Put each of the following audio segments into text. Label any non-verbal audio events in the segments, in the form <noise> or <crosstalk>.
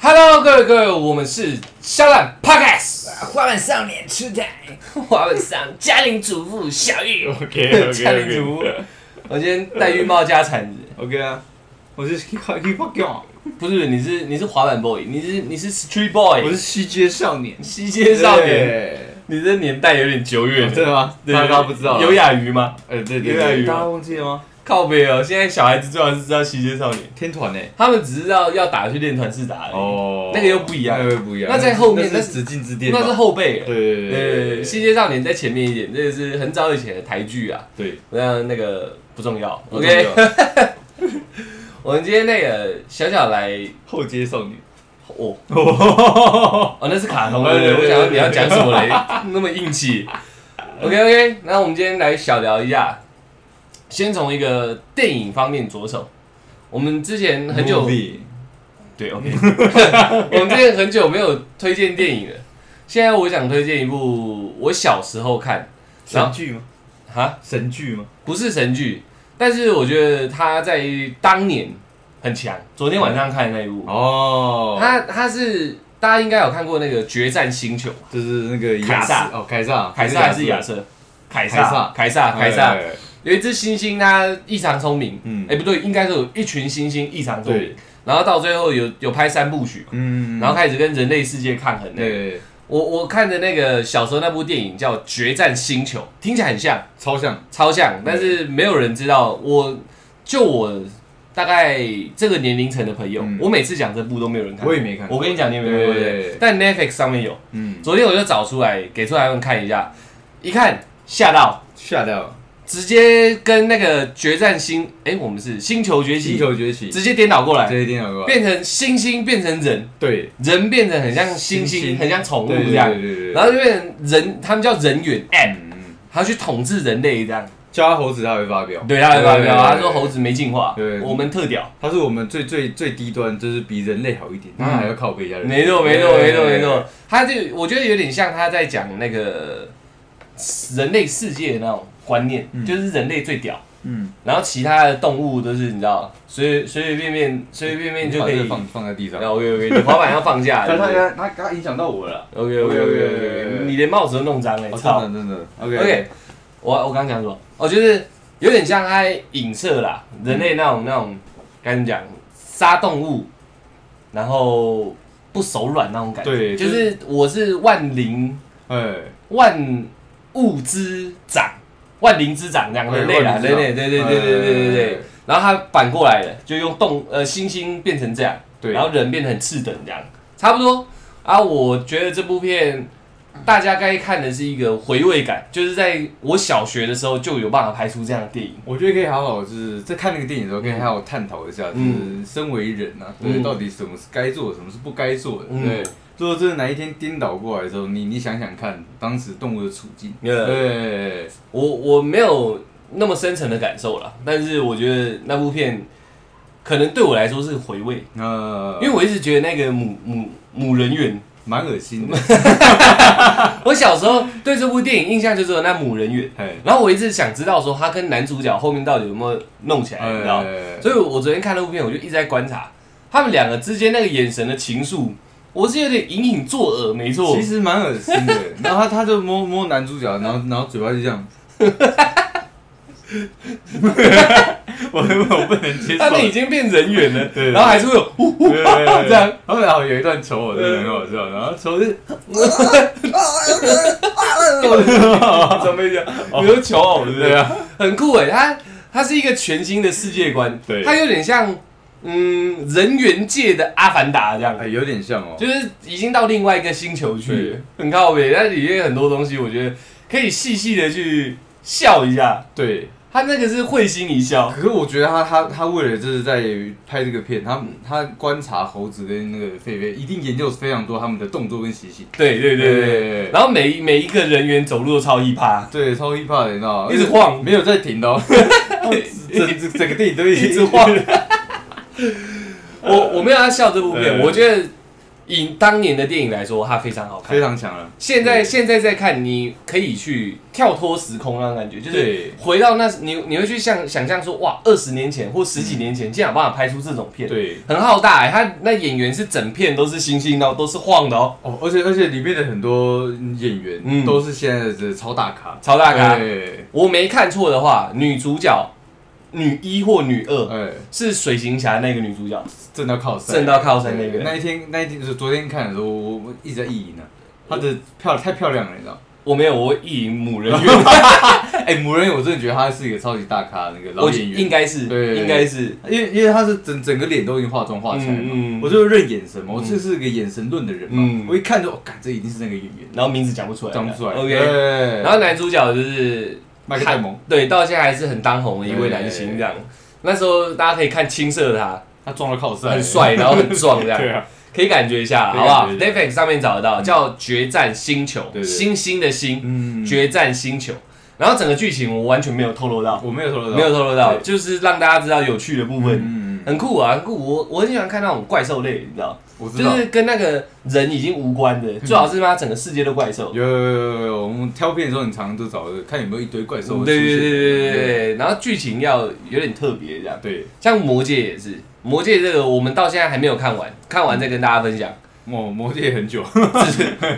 各位各位，我们是下烂 Podcast， <laughs> 花瓣少年出台，华文上家庭主妇小玉， <laughs> OK 家庭主妇，我今天戴浴帽加铲子， OK 啊，我是 hip hop hip hop girl，不是你是你是滑板 boy，你是你是 street 我 boy，是西街少年，西街少年，对，你这年代有点久远哦了，真的吗？对大家不知道了，有雅鱼吗？哎，对有雅对鱼对，吗大家忘记了吗？靠北哦，现在小孩子最好是知道西街少年，天团呢？他们只知道要打去练团式打而已，哦那个又不一样那个又不一样。那在后面那那是是紫禁之巅嘛，那是后辈了。对对对对对，对西街少年在前面一点，这个是很早以前的台剧啊，对那那个不重要。不重 OK，要我们今天那个小小来后街少年，哦， <laughs> 哦，那是卡通对不对？我想说你要讲什么嘞？那么硬气。OK <laughs> OK，那我们今天来小聊一下，先从一个电影方面着手。我们之前很久 Movie 对 OK，我们之前很久没有推荐电影了。现在我想推荐一部我小时候看然后神剧吗？哈，神剧吗？不是神剧，但是我觉得他在当年很强。昨天晚上看的那一部，哦，他他是大家应该有看过那个《决战星球》吧，就是那个凯亚撒瑟哦，凯撒，凯撒还是亚瑟？凯撒，凯撒，凯哎撒哎，哎有一只猩猩，它异常聪明。嗯嗯，哎，不对，应该是有一群猩猩异常聪明对。然后到最后有有拍三部曲嘛，嗯，然后开始跟人类世界抗衡。那个，对，我我看的那个小时候那部电影叫《决战星球》，听起来很像。超像，超像，但是没有人知道。我就我大概这个年龄层的朋友，嗯我每次讲这部都没有人看过。我也没看过我跟你讲，你也没看过。对对不对但 Netflix 上面有，嗯，昨天我就找出来给出来他们看一下，一看吓到，吓到，直接跟那个《决战星》哎，我们是《星球崛星起》球崛起，直接颠倒过来，这一定有个变成猩猩变成人，对，人变成很像猩猩，很像宠物这样，对对对对然后就变成人，他们叫人猿 a 嗯嗯他去统治人类这样。叫他猴子他会发飙，对，他很发对表，对他对说猴子没进化对，我们特屌。他是我们最最最低端，就是比人类好一点，嗯他还要靠背一下人类，没错，没错，没对错，没错。。他就我觉得有点像他在讲那个人类世界的那种观念，就是人类最屌，嗯，然后其他的动物都是你知道，随随随便便随随便便嗯就可把以这。放放在地上。 OK OK，你滑板要放下。他他对他他刚影响到我了啦， OK OK OK，你连帽子都弄脏了，哦操！真的真的 OK 我我刚讲什么？哦，就是有点像它影射啦，人类那种那种该怎么讲，杀动物，然后不手软那种感觉。对就就是我是万灵哎，万物之长，万灵之长这样，对人类啦，人万灵之长类，对对对对对对哎对。然后它反过来了，就用动呃猩猩变成这样，对然后人变成次等这样，差不多啊。我觉得这部片大家该看的是一个回味感，就是在我小学的时候就有办法拍出这样的电影。我觉得可以好好就是在看那个电影的时候，可以好好探讨一下，就嗯是身为人啊，嗯对，到底什么是该做，什么是不该做的，嗯对。如果真的哪一天颠倒过来的时候，你你想想看，当时动物的处境， Yeah 对，我我没有那么深层的感受了，但是我觉得那部片可能对我来说是回味，呃，因为我一直觉得那个母母母人猿，蛮恶心的，我小时候对这部电影印象就只有那母人猿， <laughs> 哎，然后我一直想知道说他跟男主角后面到底有没有弄起来，你知道吗？哎所以我昨天看那部片，我就一直在观察他们两个之间那个眼神的情愫，我是有点隐隐作恶，没错其。实蛮恶心的。然后他他就摸摸男主角，然后然后嘴巴就这样， <laughs> 我我不能接受他。们已经变人猿了， <laughs> 对然后还是会有呜对这样。后来好有一段丑我真的很好笑，然后丑是怎么讲？你说求偶对不对对？啊，很酷哎，它它是一个全新的世界观，对它有点像嗯人猿界的阿凡达这样哎，，有点像哦。就是已经到另外一个星球去了，很靠北。但里面很多东西，我觉得可以细细的去笑一下。对，他那个是会心一笑，可是我觉得他他他为了就是在拍这个片，他他观察猴子跟那个狒狒，一定研究非常多他们的动作跟习性。对对对对。对然后每一每一个人员走路都超一趴，对，超一怕的，你知道吗？一直晃没有在停的、哦，整整整个电影都一一直直晃。晃。我我没有要笑这部片，对我觉得以当年的电影来说，它非常好看非。常强了。现在现在再看，你可以去跳脱时空那种感觉，就是对回到那，你你会去想想象说，哇，二十年前或十几年前，竟然有办法拍出这种片，，对，很浩大、欸。他那演员是整片都是星星，然后都是晃的哦，哦，而且而且里面的很多演嗯员都是现在的超大咖，超大咖。对，我没看错的话，女主角女一或女二哎，是水行侠那个女主角，正到靠山，呃正到靠山那个对那一天那一天就是昨天看的时候，我我一直在意淫呢，她呃的漂太漂亮了，你知道吗。我没有，我会意淫母人院，哎，某人我真的觉得她是一个超级大咖的那个 <laughs> 老我演员，应该是，对应该是，因为因为他是整整个脸都已经化妆化起来了嘛，嗯嗯我就认眼神嘛，我这是个眼神论的人嘛，嗯我一看就，哦，干这一定是那个演员，然后名字讲不出来，啊讲不出来。 OK，对然后男主角就是麦克戴蒙，对，到现在还是很当红的一位男星这样。那时候大家可以看青涩他，他撞了靠山，很，帅，然后很壮这样， <laughs> 对啊，可以感觉一下，啊可以好不好感觉一嗯？Netflix 上面找得到，叫《决战星球》，对对对星星的星，嗯，决战星球。然后整个剧情我完全没有透露到，我没有透露到，没有透露到，对就是让大家知道有趣的部分，嗯，嗯，嗯很酷啊，很酷。我我很喜欢看那种怪兽类，你知道，我知就道，嗯是跟那个人已经无关的，最好是妈整个世界都怪兽。有有有有有，我们挑片的时候，你常常就找看有没有一堆怪兽对会对对出现对对对，然后剧情要有点特别这样。对，像魔戒也是，魔戒这个我们到现在还没有看完，看完再跟大家分 <laughs> 享。魔魔戒 <laughs> 很久，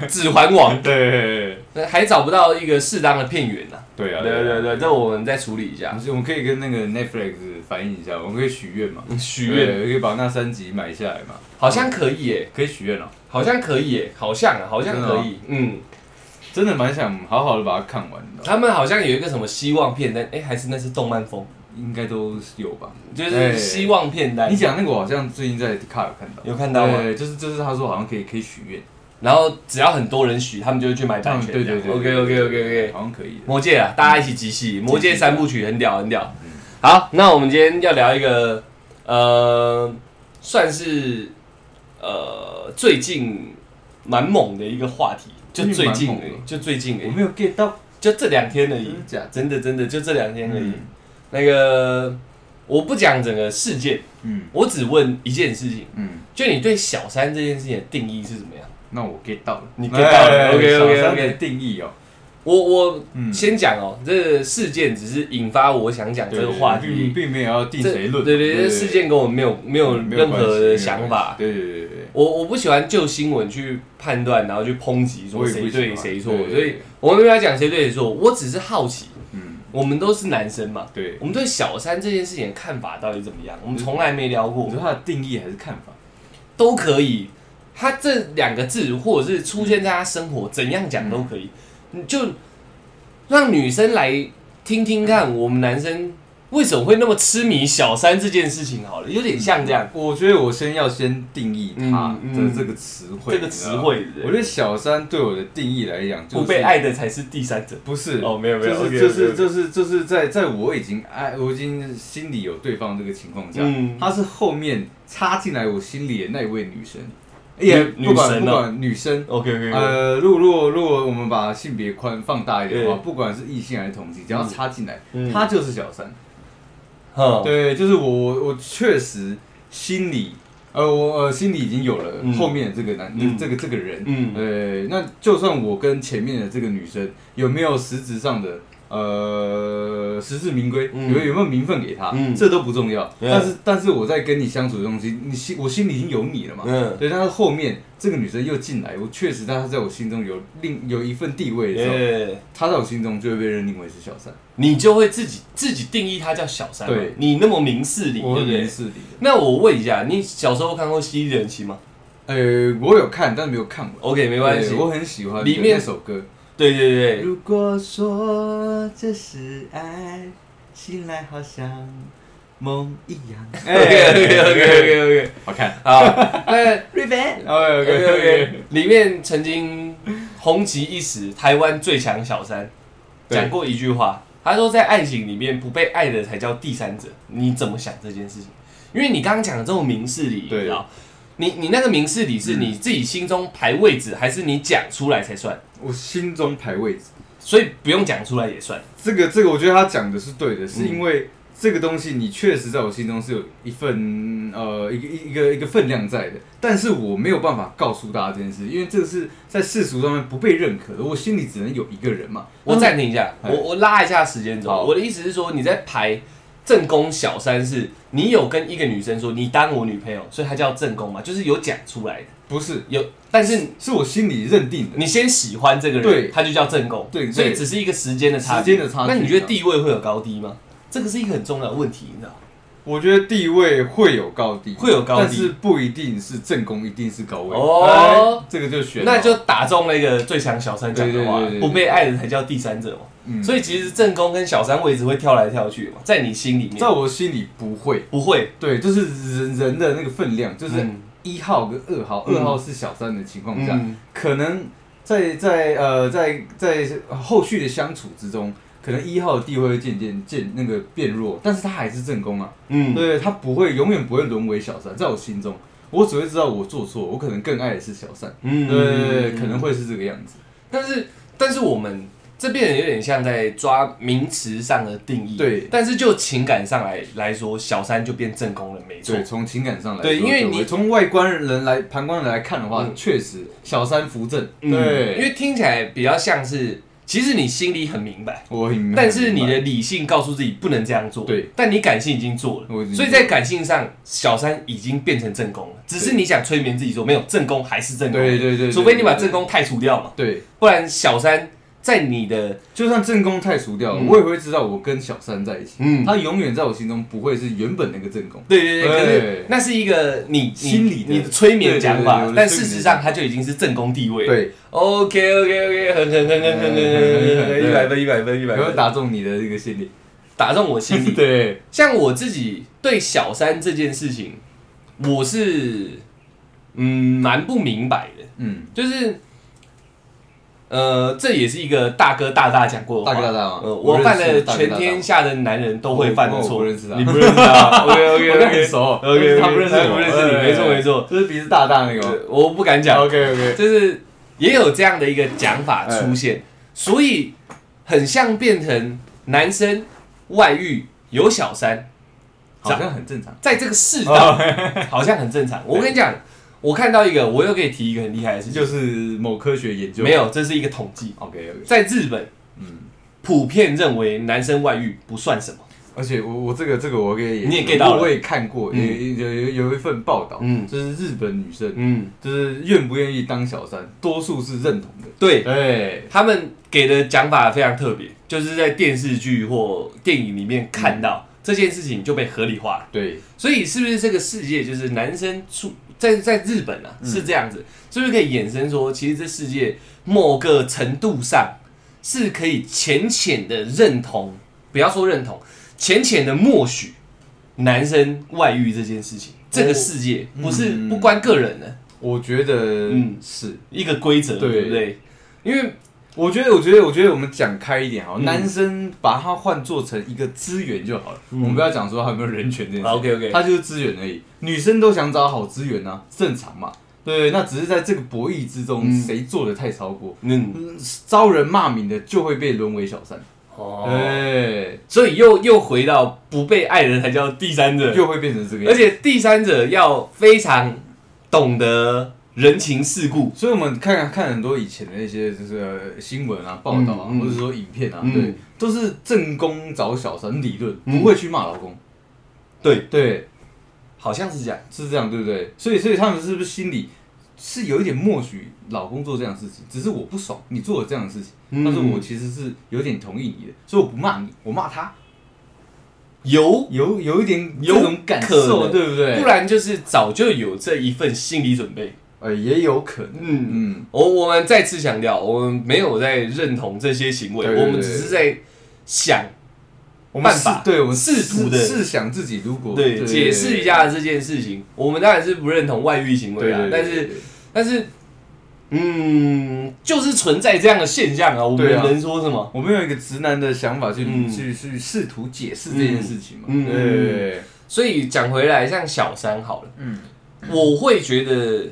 指环王对对还找不到一个适当的片源呢、啊。对啊，对对对，这我们再处理一我下。们我们可以跟那个 Netflix 反映一下，我们可以许愿嘛，许愿嗯对可以把那三集买下来嘛，好像可以耶、可以许愿了。哦好像可以耶、好像啊，好像可以。嗯，真的蛮想好好的把它看完的，他们好像有一个什么希望片单，哎、还是那是动漫风，应该都是有吧？就是哎希望片单。你讲那个，我好像最近在卡有看到，有看到吗对，就是就是他说好像可以可以许愿，然后只要很多人许，他们就会去买版权。嗯对对对 OK OK OK OK。好像可以的。魔戒啊，大家一起集气，魔戒三部曲很屌很屌。嗯好，那我们今天要聊一个，呃，算是呃最近蛮猛的一个话题，就最最近近蛮而已猛的嗯就最近而我已，没有 get 到，就这两天而已真的假的，真的真的就这两天而已嗯。那个我不讲整个事件，嗯我只问一件事情，嗯，就你对小三这件事情的定义是怎么样？那我 get 到了，你 get 到了哎 OK，OK，OK 小三的定义哦，我我嗯先讲哦，这个事件只是引发我想讲这个话题，并并没有要定这谁论，对对对，这事件跟我没有没有没任关系何没的有想关法系。对对对对对，我我不喜欢就新闻去判断，然后去抨击说我也不谁喜对欢谁错，对对所以我们没有要讲谁对谁错。我只是好奇，嗯，我们都是男生嘛，对。我们对小三这件事情的看法到底怎么样？我们从来没聊你过，说他的定义还是看法？都可以。他这两个字，或者是出现在他生活，怎样讲都可以。你就让女生来听听看，我们男生为什么会那么痴迷小三这件事情？好了，有点像这样。我觉得我先要先定义它嗯的嗯这个词汇，这个你知词道吗汇，我觉得小三对我的定义来讲，就是不被爱的才是第三者。不是，哦，没有没有，就是就是就是就是在在我已经爱，我已经心里有对方这个情况下，嗯她是后面插进来我心里的那一位女生，女也女不管神不哦管女生。 OK OK，呃，如果如果如果我们把性别宽放大一点的话，对不管是异性还是同性，只要插进来嗯，她就是小三。哼，对，就是我我我确实心里，呃，我呃心里已经有了嗯后面这个男、嗯这个这个人，嗯对，那就算我跟前面的这个女生有没有实质上的呃实至名归，嗯有有没有名分给她，嗯这都不重要。 Yeah 但是但是我在跟你相处的东西，你心我心里已经有你了嘛。嗯对，但是后面这个女生又进来，我确实她在我心中有另有一份地位的时候，耶，她在我心中就会被认定为是小三，你就会自己自己定义它叫小三嘛。对你那么明事理，我对会不明对？事理的。那我问一下，你小时候看过《犀利人妻》吗呃，我有看，但没有看完。 ？OK，没没关系。我很喜欢里面那首歌。对对对，如果说这是爱，醒来好像梦一 <laughs> 样。 OK OK OK OK OK，好看。 <laughs> 好，那 Revenge。 OK OK OK。 OK，里 <laughs> 面曾经红极一时，台湾最强小三对讲过一句话，他说在爱情里面不被爱的才叫第三者。你怎么想这件事情？因为你刚刚讲的这种明事理，你对嗯知道，你你那个明事理是你自己心中排位置，还是你讲出来才算？我心中排位置，所以不用讲出来也算。这个这个，我觉得他讲的是对的，是因为这个东西你确实在我心中是有一份呃一个一一个一个分量在的，但是我没有办法告诉大家这件事，因为这个是在世俗上面不被认可的，我心里只能有一个人嘛。我暂停一下，我哎我拉一下时间轴。好我的意思是说，你在排正宫小三是，你有跟一个女生说你当我女朋友，所以她叫正宫嘛，就是有讲出来的。不是，有，但是是我心里认定的。你先喜欢这个对人，他就叫正宫，对对所以只是一个时间的差距时间的差距啊那你觉得地位会有高低吗？这个是一个很重要的问题，你知道吗？我觉得地位会有高低，会有高低但是不一定是正宫，一定是高位。哦哎这个就选了，那就打中了一个最强小三讲的话对对对对，对不被爱的才叫第三者嘛。嗯所以其实正宫跟小三位置会跳来跳去嘛，在你心里面在我心里不会。不会，对，就是人人的那个分量，就是嗯一号跟二号，嗯二、号是小三的情况下，嗯可能在在呃在在后续的相处之中，可能一号的地位会渐渐渐那个变弱，但是他还是正宫啊，嗯，对他不会永远不会沦为小三，在我心中，我只会知道我做错，我可能更爱的是小三，嗯对对对对，可能。会是这个样子，但是，但是我们这边有点像在抓名词上的定义。对但是就情感上来来说，小三就变正宫了，没错对，。从情感上来说，对因为你我从外观人来旁观人来看的话，嗯确实小三扶正，嗯对，因为听起来比较像是，其实你心里很明白，我很啊明白但是你的理性告诉自己不能这样做。对。但你感性已经做了我已，经所以在感性上，小三已经变成正宫了。只是对你想催眠自己说，没有正宫还是正宫。对对对对除非你把对对正宫太除掉嘛，对，不然小三在你的就算正宫太熟掉了，嗯我也会知道我跟小三在一起，嗯他永远在我心中不会是原本那个正宫。对对对，可是对那是一个你你心理的你的催眠讲法对对对我，的但催事眠实上它就已经是正宫地位。对， ，OK OK OK，很很很很很很很一百分一百分一百有没有分，打打中你的这个心理？打中我心里。对，像我自己对小三这件事情，我是嗯蛮不明白的，嗯，就是呃，这也是一个大哥大大讲过的大话。哥大大嘛，呃，我犯了全天下，下的男人都会犯的我错，我不认识他你不认识他，OK <laughs> <laughs> 我 OK 跟 OK，他很熟 OK，OK，他不认识他我，不认识你对没错没错，就是鼻子大大那个嘛。呃我不敢讲， OK OK，就是也有这样的一个讲法出哎现，所以很像变成男生外遇有小三，好像很正常。在这个世道 <laughs> 哦 <laughs> 好像很正常。我跟你讲，我看到一个，我又可以提一个很厉害的事情，就是某科学研究没有，这是一个统计， OK OK，在日本嗯，普遍认为男生外遇不算什么，而且我我这个这个我给你也 get 到了我也看过，嗯有有有有一份报道，嗯就是日本女生嗯，就是愿不愿意当小三，多数是认同的。对。对，他们给的讲法非常特别，就是在电视剧或电影里面看嗯到、这件事情就被合理化了。对，所以是不是这个世界就是男生出在在日本嗯啊是这样子，是不是可以衍生说，其实这世界某个程度上是可以浅浅的认同，不要说认同，浅浅的默许男生外遇这件事情。这个世界不是哦嗯不关个人的、我觉得嗯是，一个规则，对对不对？因为我觉得，我觉得，我觉得我们讲开一点好了，嗯男生把它换做成一个资源就好了，嗯我们不要讲说他有没有人权这件事。 OK，OK 他就是资源而已。女生都想找好资源啊，正常嘛。对，那只是在这个博弈之中，嗯谁做的太超过，嗯嗯招人骂名的就会被沦为小三，哎哦，对，所以又又回到不被爱的才叫第三者，就会变成这个样而子。且第三者要非常懂得人情世故。所以我们看看很多以前的那些就是呃新闻啊、报道啊，嗯嗯或者说影片啊，嗯对，都是正宫找小三理论，嗯不会去骂老公。对，对，好像是这样。是这样，对不对？所以，所以他们是不是心里是有一点默许老公做这样的事情？只是我不爽你做了这样的事情，嗯但是我其实是有点同意你的，所以我不骂你，我骂他，有，有有一点有这种感可受，能对不对？不，然就是早就有这一份心理准备。呃，也有可能，嗯，嗯，我我们再次强调，我们没有在认同这些行为，对对对我们只是在想我们办法试对，我们试图的试想自己如果对解释一，下这件事情。我们当然是不认同外遇行对为对啊对，，但对是但是。嗯，就是存在这样的现象啊，我们对啊能说什么？我们有一个直男的想法去、嗯去去试图解释这件事情嘛，嗯嗯对，所以讲回来，像小三好了。嗯，我会觉得，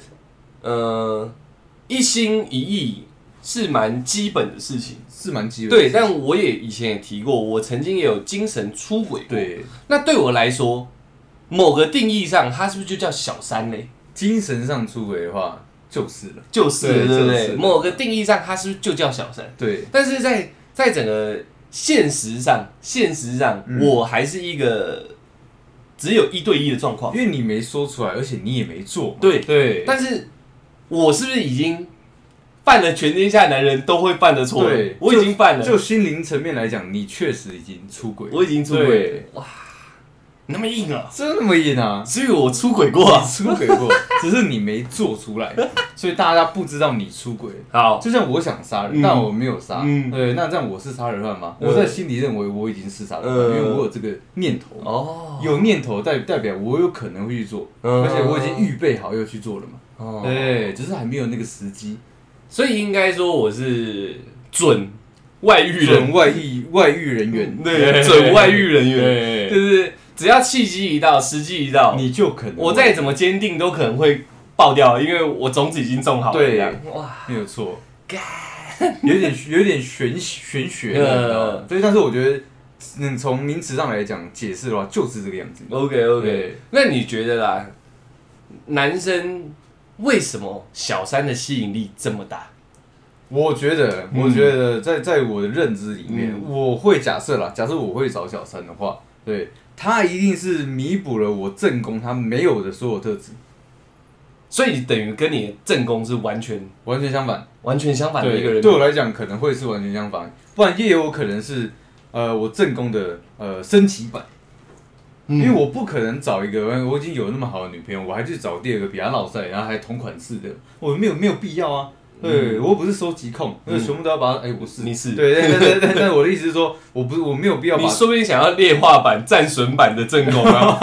呃，一心一意是蛮基本的事情。嗯是蛮基本的对，事情。但我也以前也提过，我曾经也有精神出轨过。，对那对我来说，某个定义上，它是不是就叫小三嘞？精神上出轨的话就是了，就是对了对不就是对？了某个定义上，它是不是就叫小三？对但是在在整个现实上，现实上，嗯我还是一个只有一对一的状况。因为你没说出来，而且你也没做嘛。对对，但是我是不是已经犯了全天下男人都会犯的错？对我已经犯就了，心灵层面来讲，你确实已经出轨。我已经出轨了对。哇，那么硬啊！真的那么硬啊？所以我出轨过、啊。你出轨过， <laughs> 只是你没做出来，所以大家不知道你出轨。好，就像我想杀人，嗯但我没有杀，嗯对，那这样我是杀人犯吗？呃我在心里认为我已经是杀人犯，呃因为我有这个念头，哦，有念头代代表我有可能会去做，嗯而且我已经预备好要去做了嘛，哦，对，只是还没有那个时机。所以应该说我是准外遇人准，外遇外遇人员，对，准外遇人员，对，对就是只要契机一到，时机一到，你就可能我再怎么坚定都可能会爆掉，因为我种子已经种好了。对这样哇，没有错，有点有点玄玄学的，呃你知道吗对，但是我觉得，嗯，从名词上来讲解释的话，就是这个样子。 OK OK，对那你觉得啦，男生为什么小三的吸引力这么大？我觉得，嗯我觉得在在我的认知里面，嗯我会假设啦，假设我会找小三的话，对他一定是弥补了我正宫他没有的所有特质，所以等于跟你的正宫是完全完全相反。完全相反的一个对，人。对我来讲可能会是完全相反，不然也有可能是呃我正宫的呃升级版。嗯因为我不可能找一个呃我已经有那么好的女朋友，我还去找第二个比她老帅，然后还同款式的，我没有没有必要啊。对，我不是收集控，那、嗯全部都要把它哎、我是你是对，但但但但但我的意思是说，我不是我没有必要把你说不定想要劣化版、战损版的正 <laughs> 宫啊，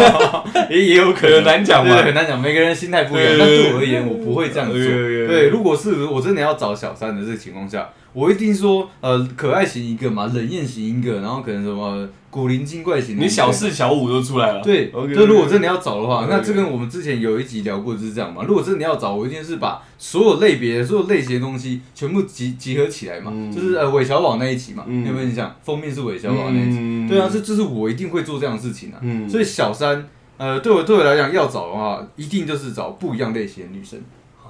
也也有可很能难讲对嘛很。难讲，每个人心态不一样。对但对我而言，我不会这样做。对对对对，如果是我真的要找小三的这个情况下，我一定说呃，可爱型一个嘛，冷艳型一个，然后可能什么古灵精怪型的一个。你小四小五都出来了。对， OK，就如果 OK 真的要找的话， OK 那这跟我们之前有一集聊过就是这样嘛。如果真的要找，我一定是把所有类别、所有类型的东西全部集集合起来嘛，嗯就是呃韦小宝那一集嘛，嗯有没有印象？封面是韦小宝那一集，嗯对啊，这就是我一定会做这样的事情啊。嗯所以小三，呃，对我对我来讲要找的话，一定就是找不一样类型的女生，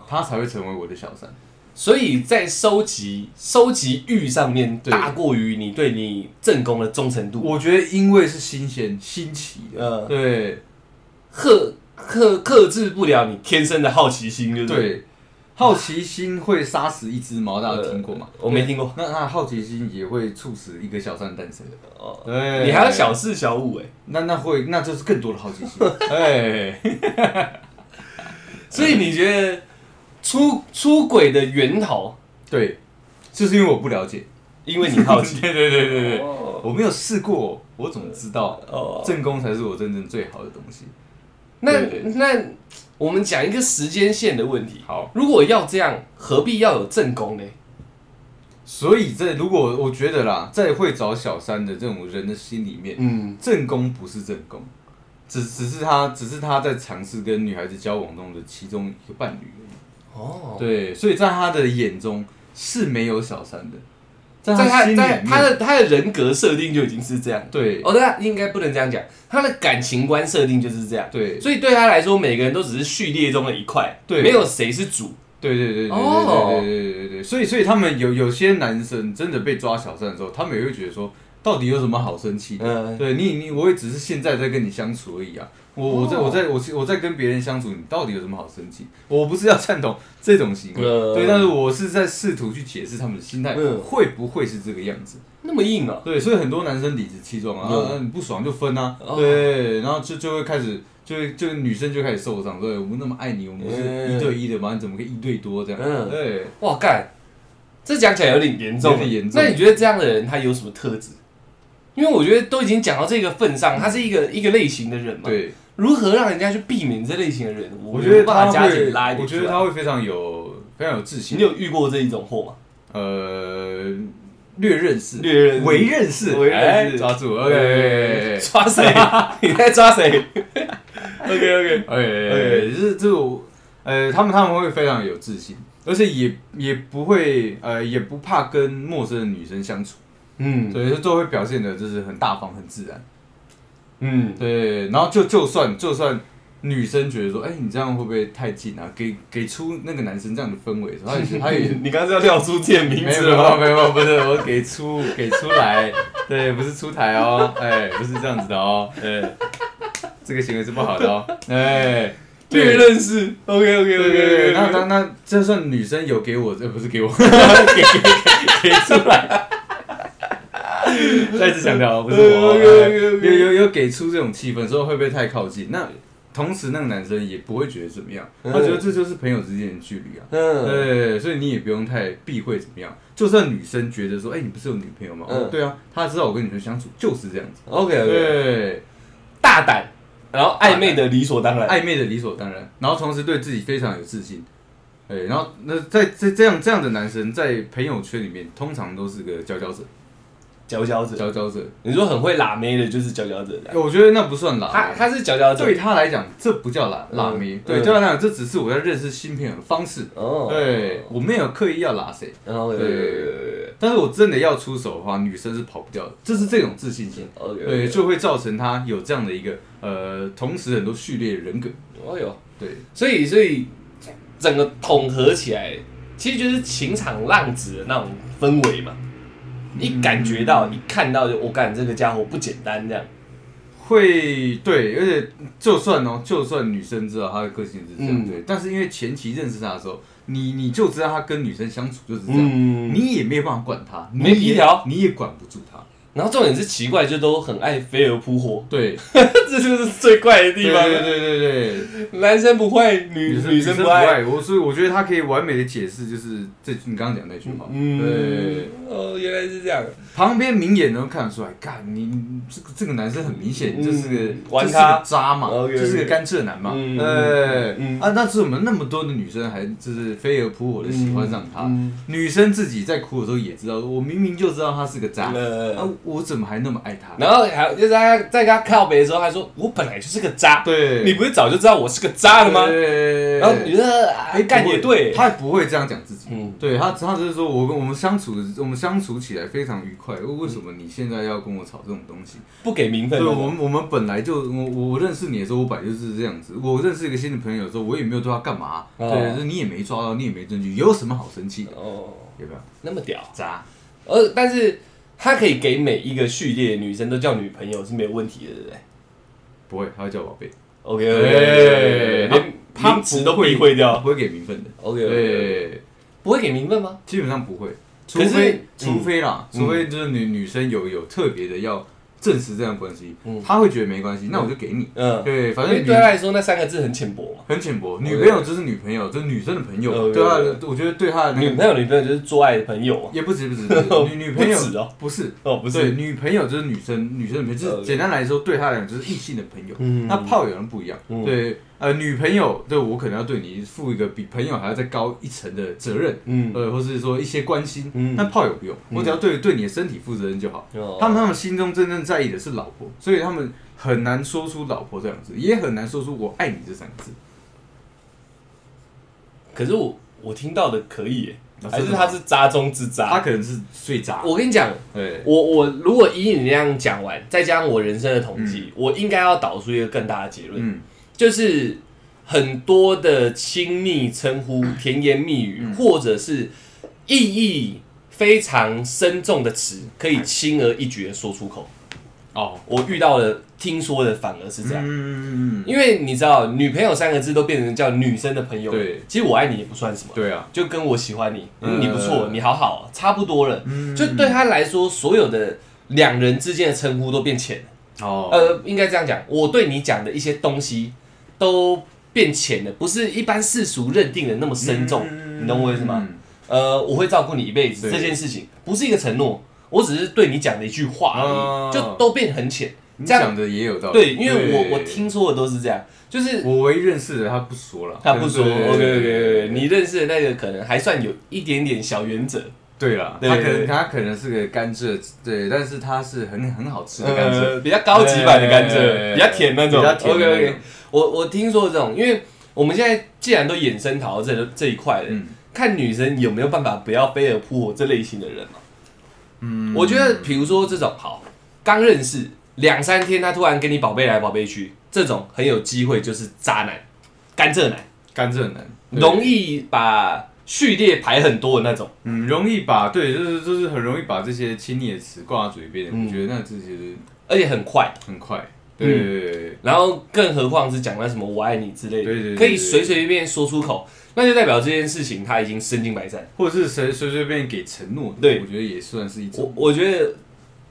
她才会成为我的小三。所以在收集收集欲上面对大过于你对你正宫的忠诚度。我觉得因为是新鲜、新奇的，呃，对克克克制不了你天生的好奇心，对不对？对，好奇心会杀死一只猫，大家有听过吗？我没听过。那那好奇心也会促使一个小三诞生。哦对你还要小四小五哎、那那会那就是更多的好奇心。 <laughs> 哎，所以你觉得出出轨的源头，对，就是因为我不了解。因为你好奇， <laughs> 对对对对对，哦我没有试过，我怎么知道哦，正宫才是我真正最好的东西？那对那我们讲一个时间线的问题。好，如果要这样，何必要有正宫呢？所以这如果我觉得啦，在会找小三的这种人的心里面，嗯，正宫不是正宫，只只是他只是他在尝试跟女孩子交往中的其中一个伴侣而已。哦，对，所以在他的眼中是没有小三的，在在心他里在面，他的他的人格设定就已经是这样。对哦，那应该不能这样讲，他的感情观设定就是这样。对所以对他来说，每个人都只是序列中的一块，对没有谁是主。对对对对对哦对对对对对，所以所以他们有有些男生真的被抓小三的时候，他们也会觉得说，到底有什么好生气的？嗯，对你你我也只是现在在跟你相处而已啊，我我在哦我在我我在跟别人相处，你到底有什么好生气？我不是要赞同这种行为，嗯对，但是我是在试图去解释他们的心态嗯会不会是这个样子。那么硬啊！对，所以很多男生理直气壮啊，嗯啊啊你不爽就分啊，哦对，然后就就会开始，就会就女生就开始受伤，对，我们那么爱你，我们是嗯一对一的嘛，你怎么可以一对多这样？嗯对，哇，干，这讲起来有点严重。有点严重那你觉得这样的人他有什么特质？因为我觉得都已经讲到这个份上，他是一个一个类型的人嘛。。嗯对，如何让人家去避免这类型的人？我觉得把他加减会拉一，点我觉出得来。他会非常有非常有自你信，有遇过这一种货吗？呃，略认识，略认识为认识，为认识哎抓住，OK，抓谁？你在抓谁？OK OK。哎哎哎，就是这种。呃，他们他们会非常有自信，而且也也不会呃也不怕跟陌生的女生相处，嗯所以说就会表现的就是很大方很自然。嗯，对，然后就就算就算女生觉得说，哎、你这样会不会太近啊？给给出那个男生这样的氛围的时候，他也他也哎你刚刚是要亮出自己的名没有字了吗？没有没有，不是我给出给出来，对，不是出台哦，哎、不是这样子的哦，哎、这个行为是不好的哦，哎、略认识，OK OK 对对对 OK，对，那那那，就算女生有给我，这不是给我，给给给出来。再次强调，不是我，呃哎有 OK，OK，OK 有有给出这种气氛，说会不会太靠近？那同时那个男生也不会觉得怎么样，他嗯觉得这就是朋友之间的距离啊。嗯对，所以你也不用太避讳怎么样。就算女生觉得说，哎，你不是有女朋友吗？嗯哦对啊，他知道我跟女生相处就是这样子。 ，OK OK，对，大胆，然后暧昧的理所当然，哎暧昧的理所当然，然后同时对自己非常有自信。哎，然后那在这这样这样的男生在朋友圈里面，通常都是个佼佼者，佼佼者，佼佼者。你说很会拉妹的，就是佼佼者，哎我觉得那不算他辣妹，欸他是佼佼者，对他来讲，这不叫辣嗯辣妹，嗯对，对他来讲，这只是我在认识新朋友的方式。哦，对，我没有刻意要拉谁，然后对但是我真的要出手的话，女生是跑不掉的，这是这种自信心， ，OK，对，就会造成他有这样的一个呃，同时很多序列的人格，哦哟，对，所以所以整个统合起来，其实就是情场浪子的那种氛围嘛。一感觉到，一看到就我哦干这个家伙不简单这样，会对，而且就算哦，就算女生知道他的个性是这样，嗯对，但是因为前期认识他的时候，你你就知道他跟女生相处就是这样，嗯，你也没有办法管他，没你也皮条你也管不住他，然后重点是奇怪，就都很爱飞蛾扑火， <laughs> 对，这就是最怪的地对方。对对对对，男生不会，女女生不爱。爱我，所以我觉得他可以完美的解释就是这你刚刚讲那句话，对嗯，，哦，原来是这样。旁边明眼人都看得出来，干你你这个这个男生很明显嗯就是个玩就是个咖渣嘛， OK，OK 就是个甘蔗男嘛，嗯哎嗯啊，那是我们那么多的女生还就是飞蛾扑火的喜欢上他，嗯女生自己在哭的时候也知道，我明明就知道他是个渣，啊呃，我怎么还那么爱他？然后还有就是他在跟他靠北的时候，他说：“我本来就是个渣，对，你不是早就知道我是个渣了吗？”对然后你说：“哎，干不会也对。他不会这样讲自己。嗯对他，他只是说我跟我们相处，我们相处起来非常愉快。为什么你现在要跟我吵这种东西？”不给名分对，的。我们我们本来就我我我认识你的时候，我本来就是这样子。我认识一个新的朋友的时候，我也没有对他干嘛，哦对，就是你也没抓到，你也没证据，有什么好生气的？哦，有没有？那么屌。渣，呃，但是他可以给每一个序列女生都叫女朋友是没有问题的，对不对不会，他会叫宝贝， ？OK，对哎连他名词都不会避讳他掉。不会给名分的。 OK，对，不会给名分吗？基本上不会，除可是非嗯除非啦，嗯除非就是女女生有有特别的要证实这样的关系嗯，他会觉得没关系，那我就给你。嗯，对，反因为正女对他来说那三个字很浅薄嘛。很浅薄，对女朋友就是女朋友，就是女生的朋友。呃对他对的，我觉得对他的那女个朋友女朋友就是做爱的朋友嘛。也不止不止，<laughs> 不止女女朋友不止哦不是哦，不对，是，女朋友就是女生，女生的朋友，就呃是简单来说，对他来讲就是异性的朋友。嗯那炮友人不一样，嗯对，呃，女朋友对我可能要对你负一个比朋友还要再高一层的责任，嗯，呃，或是说一些关心。嗯那炮友不用，嗯哦我只要对对你的身体负责任就好。他们他们心中真正在意的是老婆，所以他们很难说出“老婆”这两个字，也很难说出“我爱你”这三个字。可是我我听到的可以耶啊，还真是的吗他是渣中之他渣。可能是最渣，我跟你讲，对，我我如果以你那样讲完，再加上我人生的统计，我应该要导出一个更大的结论，嗯，就是很多的亲密称呼、甜言蜜语，或者是意义非常深重的词，可以轻而易举的说出口。哦，我遇到的、听说的反而是这样。嗯嗯嗯，因为你知道，女朋友三个字都变成叫女生的朋友。对，其实我爱你也不算什么，对啊，就跟我喜欢你，嗯你不错，你好好，差不多了。嗯就对他来说，所有的两人之间的称呼都变浅了。哦，呃，应该这样讲，我对你讲的一些东西都变浅了，不是一般世俗认定的那么深重。嗯你懂我意思吗？？嗯呃，我会照顾你一辈子对这件事情，不是一个承诺，我只是对你讲的一句话而哦已，就都变很浅。你这样讲的也有道理，对，因为我我听说的都是这样，就是我唯一认识的他不说了，他不说对对，OK 对对 OK 对 OK，你认识的那个可能还算有一点点小原则，对了，对他可对能他可能是个甘蔗，对，但是他是很很好吃的甘蔗，呃呃，比较高级版的甘对蔗，比较甜那种比较甜，OK 的那 OK 种。我我听说这种，因为我们现在既然都衍生讨到这这一块了，嗯看女生有没有办法不要飞蛾扑火这类型的人嘛。嗯，我觉得，比如说这种好，刚认识两三天，他突然跟你宝贝来宝贝去，这种很有机会就是渣男、甘蔗男，甘蔗男对容易把序列排很多的那种。嗯容易把对，就是就是很容易把这些亲昵的词挂到嘴边，嗯我觉得那这些而且很快，很快，对对对对对然后更何况是讲那什么“我爱你”之类的，对对对对可以随随便便说出口，那就代表这件事情他已经身经百战。或者是随随随便给承诺的，对我觉得也算是一种我我觉得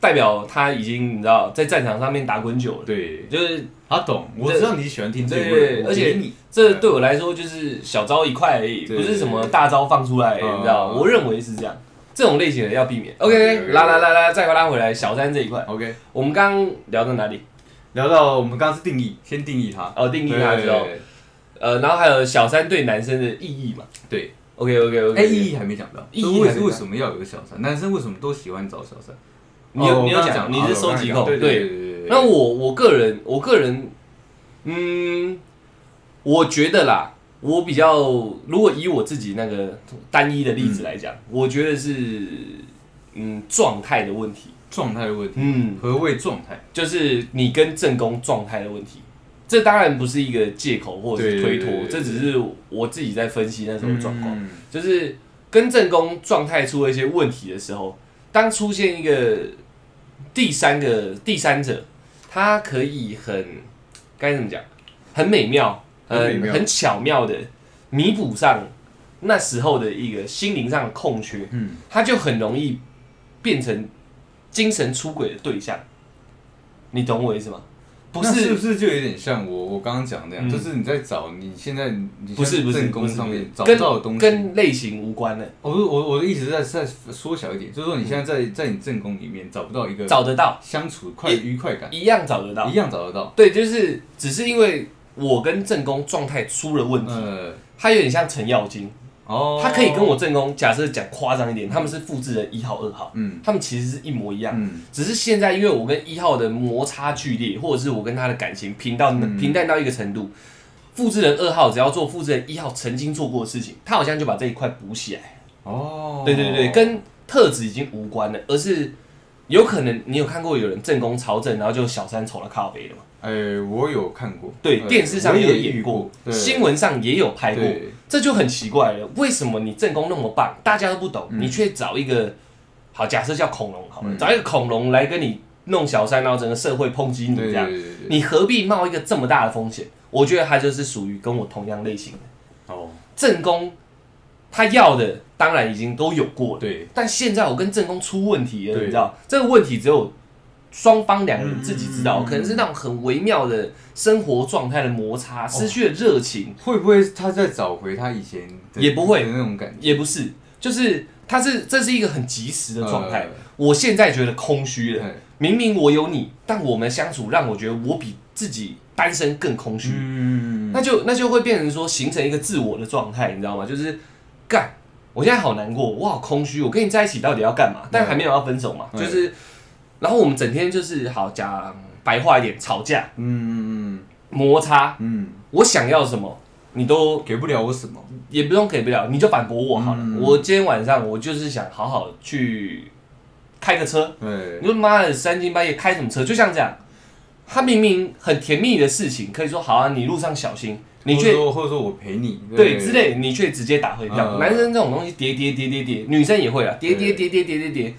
代表他已经你知道在战场上面打滚久了，对。就是他懂，我对知道你喜欢听这对个味对而道，我且给你这对我来说就是小招一块而已，对不是什么大招放出来，嗯你知道？嗯我认为是这样，这种类型的要避免。啊对 OK，对对拉拉拉拉，再拉回来小三这一块， OK。我们刚刚聊到哪里？聊到我们刚刚是定义，先定义它，哦，定义它之后，对呃，然后还有小三对男生的意义嘛对。 ？OK OK 对 OK，哎，意义还没讲到，意义就是为还没讲为什么要有个小三？男生为什么都喜欢找小三？你有哦你有我刚刚讲，了你是哦我收刚刚集讲控，对对对对对。那我我个人，我个人，嗯，我觉得啦，我比较，如果以我自己那个单一的例子嗯来讲，我觉得是，嗯，状态的问题，状态的问题，嗯，何谓状态？就是你跟正宫状态的问题。这当然不是一个借口或者是推脱对对对，对这只是我自己在分析那时候的状况，嗯？就是跟正宫状态出了一些问题的时候，当出现一个第三个第三者，他可以很该怎么讲，很美妙，很美很妙很巧妙的弥补上那时候的一个心灵上的空缺，嗯，他就很容易变成精神出轨的对象。你懂我意思吗？不那是是不是就有点像我我刚刚讲的那嗯样？就是你在找你现在你不是现在不是正不宫是上不是面找跟到的东西，跟类型无关的，我不我我的意思是在在缩小一点，就是说你现在在在你正宫里面找不到一个嗯找得到，相处快愉快感，一样找得到一。样找得到。对，就是只是因为我跟正宫状态出了问题，呃，他有点像程咬金，哦，他可以跟我正宫，假设讲夸张一点，他们是复制人一号、二号，嗯他们其实是一模一样，嗯只是现在因为我跟一号的摩擦剧烈，或者是我跟他的感情平到嗯平淡到一个程度，复制人二号只要做复制人一号曾经做过的事情，他好像就把这一块补起来。哦，对对对，跟特质已经无关了，而是有可能你有看过有人正宫朝政，然后就小三丑了靠北的嘛？哎，我有看过，对，呃电视上我有也演遇过，对新闻上也有拍过，对这就很奇怪了。为什么你正宫那么棒，大家都不懂，你却找一个好，假设叫恐龙好了，嗯找一个恐龙来跟你弄小三，然后整个社会抨击你对这对样，对对对，你何必冒一个这么大的风险？我觉得他就是属于跟我同样类型的哦，正宫，他要的当然已经都有过了，对，但现在我跟正宫出问题了，对你知道这个问题只有双方两个人自己知道，嗯可能是那种很微妙的生活状态的摩哦擦，失去了热情，会不会他在找回他以前的也不会的那种感觉？也不是，就是它是这是一个很及时的状态呃。我现在觉得空虚了，对明明我有你，但我们相处让我觉得我比自己单身更空虚，嗯，那就那就会变成说形成一个自我的状态，你知道吗？就是干，我现在好难过，我好空虚，我跟你在一起到底要干嘛？但还没有要分手嘛，嗯就是，然后我们整天就是好讲白话一点，吵架嗯嗯摩擦，嗯，我想要什么你都给不了我什么，也不用给不了，你就反驳我好了。嗯我今天晚上我就是想好好去开个车，对你，说妈的三更半夜开什么车？就像这样。他明明很甜蜜的事情，可以说好啊，你路上小心，你或却者说或者说我陪你，对之类，你却直接打回票。嗯男生这种东西叠叠叠叠叠，女生也会啊，叠叠叠叠对叠叠叠，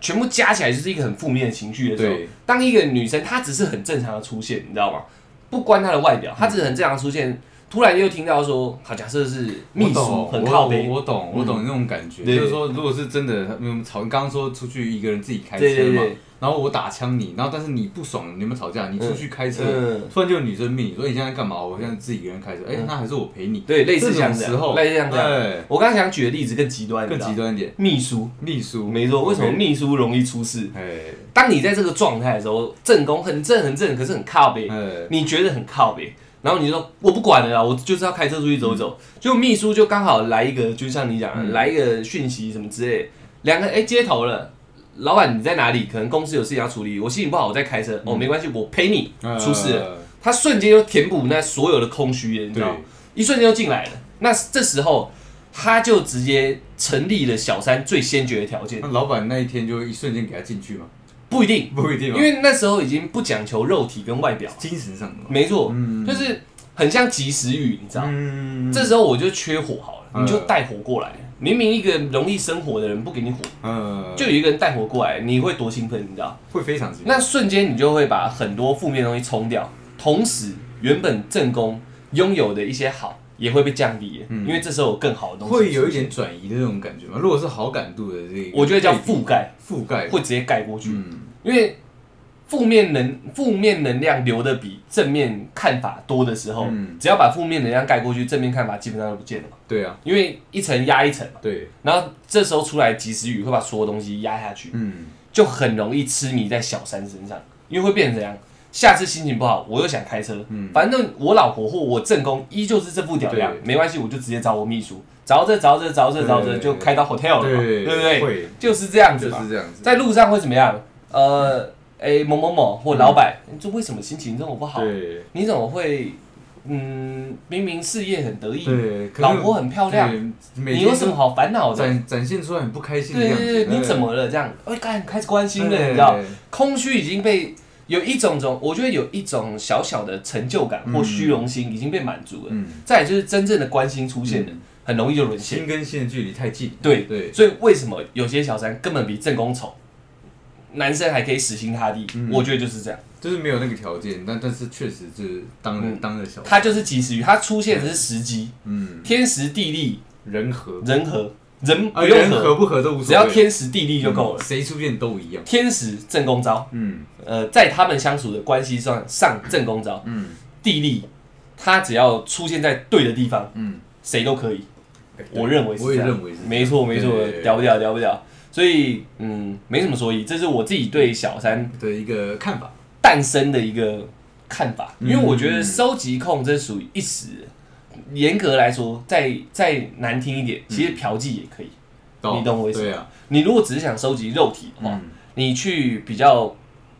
全部加起来就是一个很负面的情绪的时候对。当一个女生她只是很正常的出现，你知道吗？不关她的外嗯表，她只是很正常地出现，突然又听到说，好，假设是秘我书懂，很我靠背，我我懂，我懂那种感觉。对就是说，如果是真的，你们吵，你刚刚说出去一个人自己开车对对嘛对，然后我打枪你，然后但是你不爽，你们吵架，你出去开车，嗯突然就有女生命你说你现在干嘛？我现在自己一个人开车，哎、嗯那还是我陪你。对类似这像种这时样，候，类似像这样。哎我刚刚想举的例子更极端，更极端，端一点，秘书秘书没错。为什么秘？秘书容易出事？哎当你在这个状态的时候，正宫很正很正，可是很靠背，哎，你觉得很靠北，然后你就说我不管了啦，我就是要开车出去走走。就秘书就刚好来一个，就像你讲的，嗯来一个讯息什么之类的，两个哎、接头了。老板，你在哪里？可能公司有事情要处理，我心情不好，我在开车。嗯哎哦，没关系，我陪你。出事了了，他瞬间就填补那所有的空虚，你知道吗对，一瞬间就进来了。那这时候他就直接成立了小三最先决的条件，那老板那一天就一瞬间给他进去嘛？不一定，不一定因嘛，为那时候已经不讲求肉体跟外表，精神上的嘛。没错，嗯就是很像及时雨，你知道吗？嗯这时候我就缺火好了，嗯你就带火过来。明明一个容易生火的人不给你火，呃，就有一个人带火过来，你会多兴奋，你知道？会非常紧那瞬间你就会把很多负面的东西冲掉，同时原本正宫拥有的一些好也会被降低，嗯因为这时候有更好的东西。会有一，点转移的那种感觉嘛。如果是好感度的这个，我觉得叫覆盖，覆盖，会直接盖过去，嗯，因为负面能负面能量流的比正面看法多的时候，嗯只要把负面能量盖过去，正面看法基本上就不见了嘛，对啊，因为一层压一层嘛。对，然后这时候出来及时雨会把所有东西压下去，嗯，就很容易痴迷在小三身上，因为会变成怎样？下次心情不好，我又想开车，嗯反正我老婆或我正宫依旧是这副屌样对，没关系，我就直接找我秘书，找这找这找这找对这对对就开到 hotel 了嘛，对不对？会就是这样子就嘛是。这样子。在路上会怎么样？呃，哎，某某某或老板，你这为什么心情这么不好？对你怎么会？嗯，明明事业很得意，对，可老能婆很漂亮，对，每你天有什么好烦恼都的？展展现出来很不开心的对样子？对对，你哎怎么了？这样，哎，干开始关心了，对你知道，空虚已经被有一种种，我觉得有一种小小的成就感或嗯虚荣心已经被满足了。嗯，再来就是真正的关心出现了，很容易就沦陷。心跟心的距离太近。对，对，所以为什么有些小三根本比正宫丑，男生还可以死心塌地？嗯我觉得就是这样，就是没有那个条件，但但是确实就是当了嗯当了小，他就是及时雨，他出现的是时机，嗯，天时地利人和人和，人啊，不用人和，和不和都无所谓，只要天时地利就够了。嗯谁出现都一样。天时正宫招，嗯呃，在他们相处的关系上上正宫招，嗯地利，他只要出现在对的地方，嗯，谁都可以。哎我认为是我这也样，认为是这样没错没错对对，对屌不屌屌不屌？所以嗯，没什么所以，这是我自己对小三的一个看法。诞生的一个看法，因嗯为我觉得收集控这属于一时。严格来说，再再难听一点，其实嫖妓也可以。你懂我意思对啊，你如果只是想收集肉体的话，嗯，你去比较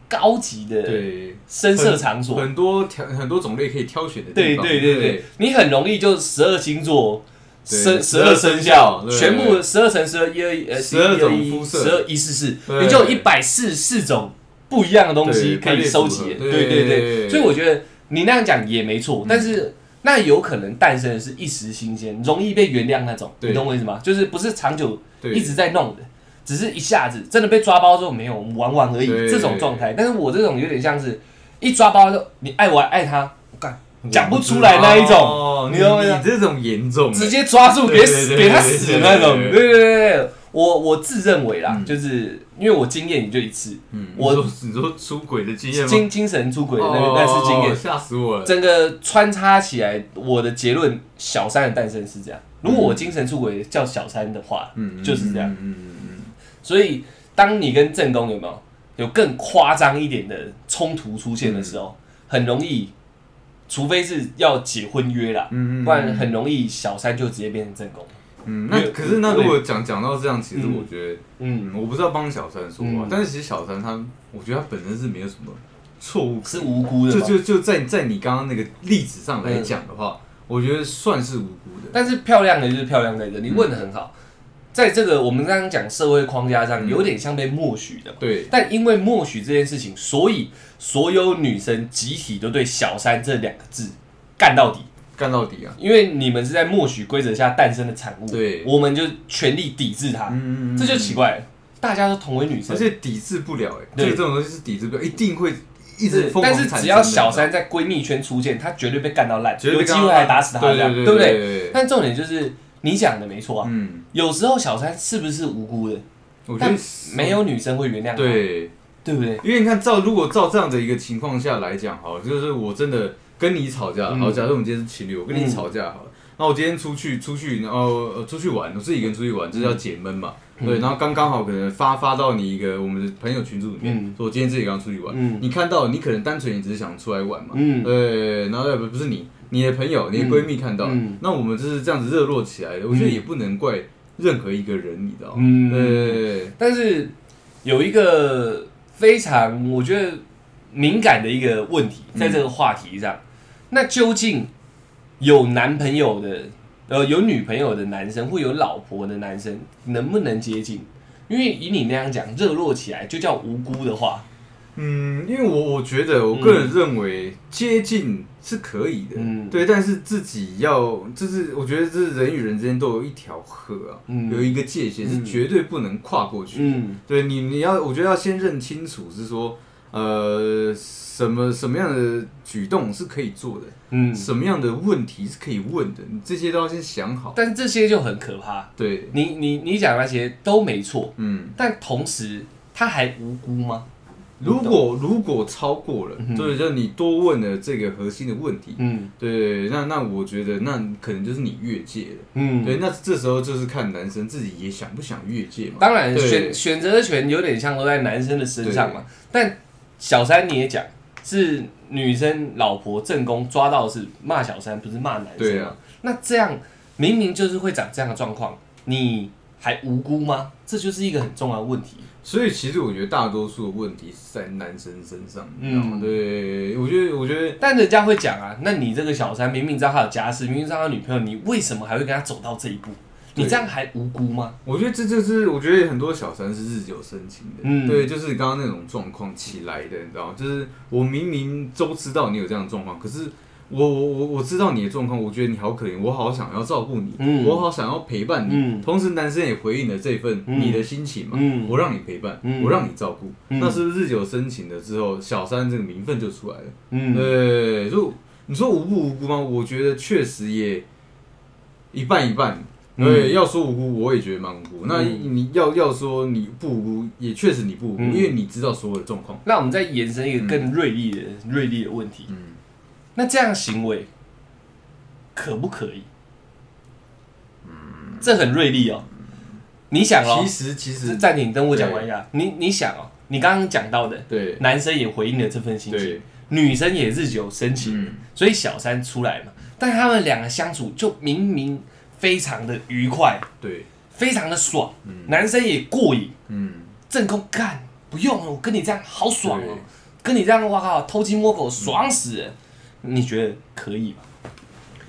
高级的对，深色场所，很多条很多种类可以挑选的地对方。对对对，，你很容易就十二星座、对生十12二生肖生肖，对全部十二乘十二一二一呃12种肤色十二一四四，对你就有一百四四种不一样的东西对可以收集。排列组合对对对对，对嗯所以我觉得你那样讲也没错，但是。那有可能诞生的是一时新鲜，容易被原谅那种，对你懂我意思吗？就是不是长久对一直在弄的，只是一下子真的被抓包之后没有玩玩而已对这种状态。但是我这种有点像是一抓包就你爱我还爱他，干讲不出来那一种，哦你你懂我意思吗你这种严重，直接抓住给死对对对给他死那种。对对对对对，我我自认为啦，嗯就是因为我经验也就一次，嗯，我你说你说出轨的经验吗？精精神出轨的那哦那次经验，吓死我了。整个穿插起来，我的结论小三的诞生是这样。如果我精神出轨叫小三的话，嗯，就是这样。嗯。嗯嗯嗯所以，当你跟正宫有没有有更夸张一点的冲突出现的时嗯候，很容易，除非是要解婚约啦，嗯嗯嗯不然很容易小三就直接变成正宫。嗯，因为那可是那我也如果讲讲到这样，其实嗯我觉得，嗯，嗯，我不是要帮小三说话嗯，但是其实小三他，我觉得他本身是没有什么错误，是无辜的就嘛。就就在在你刚刚那个例子上嗯来讲的话，我觉得算是无辜的。但是漂亮的就是漂亮在嗯这，你问的很好。在这个我们刚刚讲社会框架上，嗯有点像被默许的嘛。对，但因为默许这件事情，所以所有女生集体都对“小三”这两个字干到底。干到底啊。因为你们是在默许规则下诞生的产物，对我们就全力抵制它，嗯，嗯嗯这就奇怪了。大家都同为女生而，且抵制不了哎，对这个这种东西是抵制不了，一定会一直是疯狂但是产生只要的小，三在闺蜜圈出现，她绝对被干到烂，绝对有被机干到会还烂打死她，对这样对不对对？对对对，但重点就是你讲的没错啊，嗯，有时候小三是不是无辜的？我觉但得没有女生会原谅她，对。对不对？因为你看，照如果照这样的一个情况下来讲，好了，就是我真的跟你吵架，嗯好，假设我们今天是情侣，我跟你吵架好了，那我今天出去出去，然后呃出去玩，我自己一个人出去玩，嗯这叫解闷嘛，对，然后刚刚好可能发发到你一个我们的朋友群组里嗯面，说我今天自己刚出去玩，嗯你看到你可能单纯你只是想出来玩嘛，嗯对，然后不不是你，你的朋友、你的闺蜜看到，嗯那我们就是这样子热络起来的，我觉得嗯也不能怪任何一个人，你知道吗？嗯对，但是有一个非常我觉得敏感的一个问题，在这个话题上，那究竟有男朋友的，呃，有女朋友的男生呃或有老婆的男生能不能接近？因为以你那样讲，热络起来就叫无辜的话，嗯，因为我我觉得，我个人认为接近是可以的，嗯对，但是自己要，就是我觉得这是人与人之间都有一条河啊，嗯有一个界限是嗯绝对不能跨过去的。嗯对你，你要我觉得要先认清楚是说，呃，什么什么样的举动是可以做的，嗯，什么样的问题是可以问的，你这些都要先想好。但这些就很可怕。对，你你你讲那些都没错，嗯，但同时他还无辜吗？如果如果超过了，嗯对，就是你多问了这个核心的问题，嗯对，那那我觉得那可能就是你越界了。嗯，对，那这时候就是看男生自己也想不想越界嘛。当然对选选择权有点像都在男生的身上嘛，但小三你也讲是女生老婆正宫抓到的是骂小三，不是骂男生对嘛？啊那这样明明就是会长这样的状况，你还无辜吗？这就是一个很重要的问题。所以其实我觉得大多数的问题是在男生身上，你知道吗？嗯对，我觉得我觉得但人家会讲啊，那你这个小三明明知道他有家室，明明知道他有女朋友，你为什么还会跟他走到这一步？对你这样还无辜吗？我觉得这就是，我觉得很多小三是日久生情的，嗯对，就是刚刚那种状况起来的，你知道吗？就是我明明都知道你有这样的状况，可是我我我我知道你的状况，我觉得你好可怜，我好想要照顾你，嗯我好想要陪伴你。嗯同时，男生也回应了这份嗯你的心情嘛，嗯我让你陪伴，嗯我让你照顾，嗯那是不是日久生情了之后，小三这个名分就出来了？嗯对，啊就你说无不无辜吗？我觉得确实也一半一半。嗯对，要说无辜，我也觉得蛮无辜。那嗯你要要说你不无辜，也确实你不无辜，嗯因为你知道所有的状况。那我们再延伸一个更锐利的、锐利的问题，嗯，那这样行为可不可以？这很锐利哦。你想哦其，实嗯其这实暂停，等我讲完一下。你你想哦，你刚刚讲到的，对男生也回应了这份心情，对，女生也日久生情，嗯所以小三出来嘛。但他们两个相处就明明非常的愉快，对，非常的爽，嗯男生也过瘾。嗯，正宫干不用了，我跟你这样好爽哦对，跟你这样哇靠偷鸡摸狗爽死人，你觉得可以吗？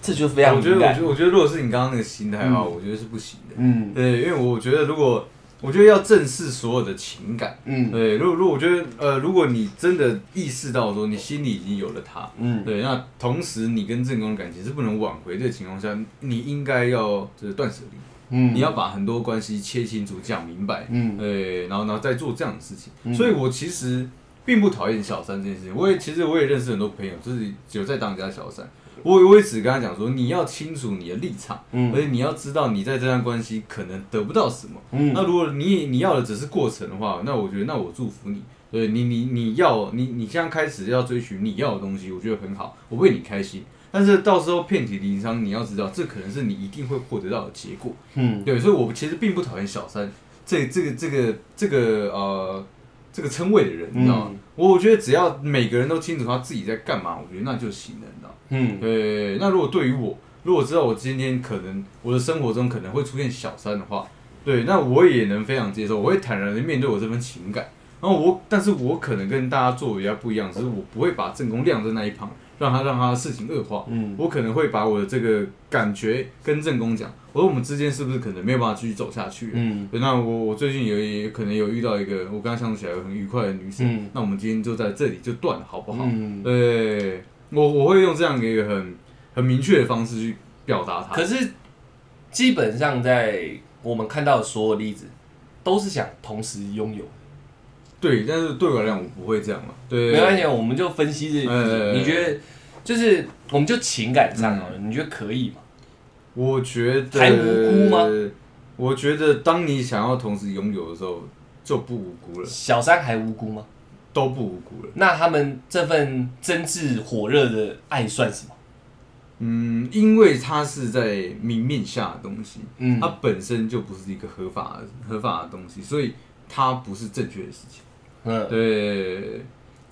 这就非常我觉得敏我觉感得我觉得，如果是你刚刚那个心态的话，我觉得是不行的。嗯对，因为我觉得如果我觉得要正视所有的情感。嗯对，如果如果我觉得呃，如果你真的意识到说你心里已经有了他，嗯对，那同时你跟正宫的感情是不能挽回的情况下，你应该要就是断舍离，嗯，你要把很多关系切清楚、讲明白，嗯对，然后然后再做这样的事情。嗯所以我其实并不讨厌小三这件事情，我也其实我也认识很多朋友，就是有在当家小三。我我也只跟他讲说，你要清楚你的立场，嗯而且你要知道你在这段关系可能得不到什么。嗯那如果你你要的只是过程的话，那我觉得那我祝福你。对你你你要你你现在开始要追寻你要的东西，我觉得很好，我为你开心。但是到时候遍体鳞伤，你要知道，这可能是你一定会获得到的结果。嗯对，所以我其实并不讨厌小三这这个这个这个呃这个称谓的人，你知道吗嗯？我、我觉得只要每个人都清楚他自己在干嘛，我觉得那就行了，你知道吗？嗯对，那如果对于我，如果知道我今天可能我的生活中可能会出现小三的话，对，那我也能非常接受，我会坦然的面对我这份情感。然后我，但是我可能跟大家做比较不一样，只是我不会把正宫晾在那一旁，让他让他事情恶化。嗯我可能会把我的这个感觉跟正宫讲，我说我们之间是不是可能没有办法继续走下去了？嗯对那我我最近有也可能有遇到一个我跟她相处起来很愉快的女生，嗯那我们今天就在这里就断了，好不好？嗯。对，我我会用这样一个很很明确的方式去表达它。可是基本上在我们看到的所有例子，都是想同时拥有。对，但是对我来讲，我不会这样嘛。对，没关系，我们就分析这哎哎哎个。你觉得就是我们就情感上好了，你觉得可以吗？我觉得还无辜吗？我觉得当你想要同时拥有的时候，就不无辜了，小三还无辜吗？都不无辜了。那他们这份真挚火热的爱算什么？嗯，因为它是在明面下的东西，嗯它本身就不是一个合法的合法的东西，所以它不是正确的事情。嗯，对。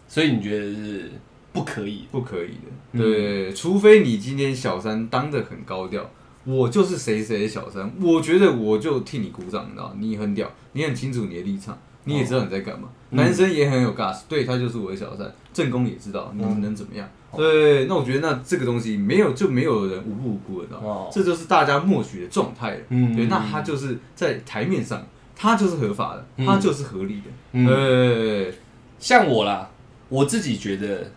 所以你觉得是不可以？不可以的，嗯对，除非你今天小三当的很高调，我就是谁谁的小三，我觉得我就替你鼓掌，你知道，你很屌，你很清楚你的立场，你也知道你在干哦嘛。嗯男生也很有 gas，对他就是我的小三，正宫也知哦道你能怎么样。对，那我觉得那这个东西没有就没有人无故无故的，你知道吗哦这就是大家默许的状态了。嗯对，那他就是在台面上，他就是合法的，嗯他就是合理的。嗯对，像我啦，我自己觉得，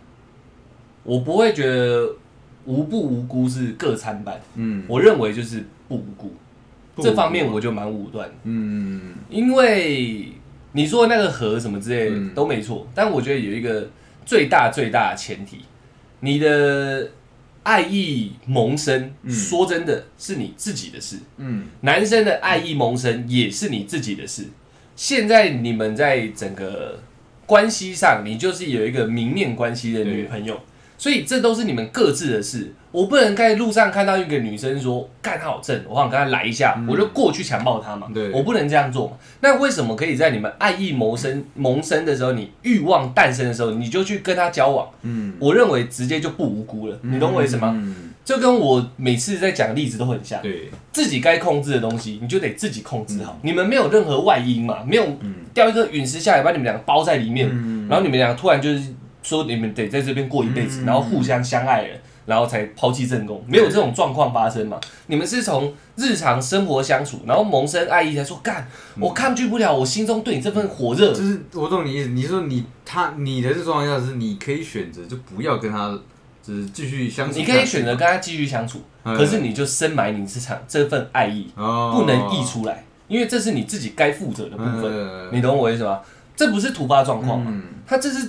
我不会觉得无不无辜是各参半，嗯，我认为就是不无辜，不这方面我就蛮武断的，嗯因为你说的那个和什么之类的嗯都没错，但我觉得有一个最大最大的前提，你的爱意萌生，嗯说真的是你自己的事，嗯男生的爱意萌生也是你自己的事。现在你们在整个关系上，你就是有一个明面关系的女朋友，所以这都是你们各自的事。我不能在路上看到一个女生说“干她好正”，我想跟她来一下，嗯我就过去强暴她嘛。对我不能这样做嘛。那为什么可以在你们爱意萌生萌生的时候，你欲望诞生的时候，你就去跟她交往？嗯，我认为直接就不无辜了，你懂我意思吗？嗯就跟我每次在讲的例子都很像。对，自己该控制的东西，你就得自己控制嗯好。你们没有任何外因嘛，没有掉一颗陨石下来把你们两个包在里面，嗯然后你们两个突然就是说你们得在这边过一辈子，嗯然后互相相爱了，然后才抛弃正宫，没有这种状况发生嘛。嗯你们是从日常生活相处，然后萌生爱意，才说干，我抗拒不了我心中对你这份火热就。嗯是我懂你意思，你说你他你的这状况下是你可以选择就不要跟他，就是继续相处下你去，可以选择跟他继续相处，嗯可是你就深埋你这场这份爱意，哦，不能溢出来，因为这是你自己该负责的部分。嗯你懂我意思吗？这不是突发状况嘛？嗯他这是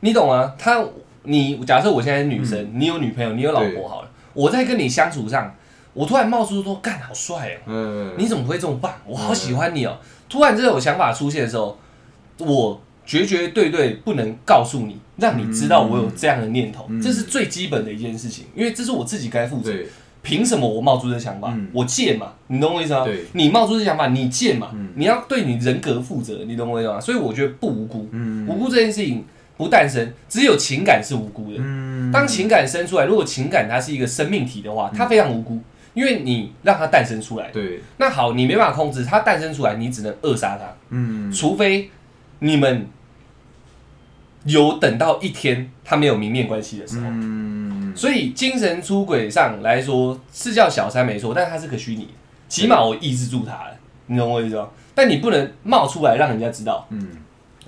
你懂吗？他你假设我现在是女生，嗯你有女朋友，你有老婆好了，我在跟你相处上，我突然冒出说，干好帅哦，嗯，你怎么会这么棒？我好喜欢你哦！突然这种想法出现的时候，我绝绝对对不能告诉你，让你知道我有这样的念头，嗯这是最基本的一件事情，因为这是我自己该负责。对，凭什么我冒出这想法？嗯我贱嘛，你懂我意思吗对？你冒出这想法，你贱嘛，嗯你要对你人格负责，你懂我意思吗？所以我觉得不无辜，嗯无辜这件事情不诞生，只有情感是无辜的。嗯当情感生出来，如果情感它是一个生命体的话，它非常无辜，因为你让它诞生出来。对，那好，你没办法控制它诞生出来，你只能扼杀它。嗯除非你们有等到一天他没有明面关系的时候。嗯所以精神出轨上来说是叫小三没错，但它是个虚拟的，起码我抑制住它了，你懂我意思吗？但你不能冒出来让人家知道，嗯，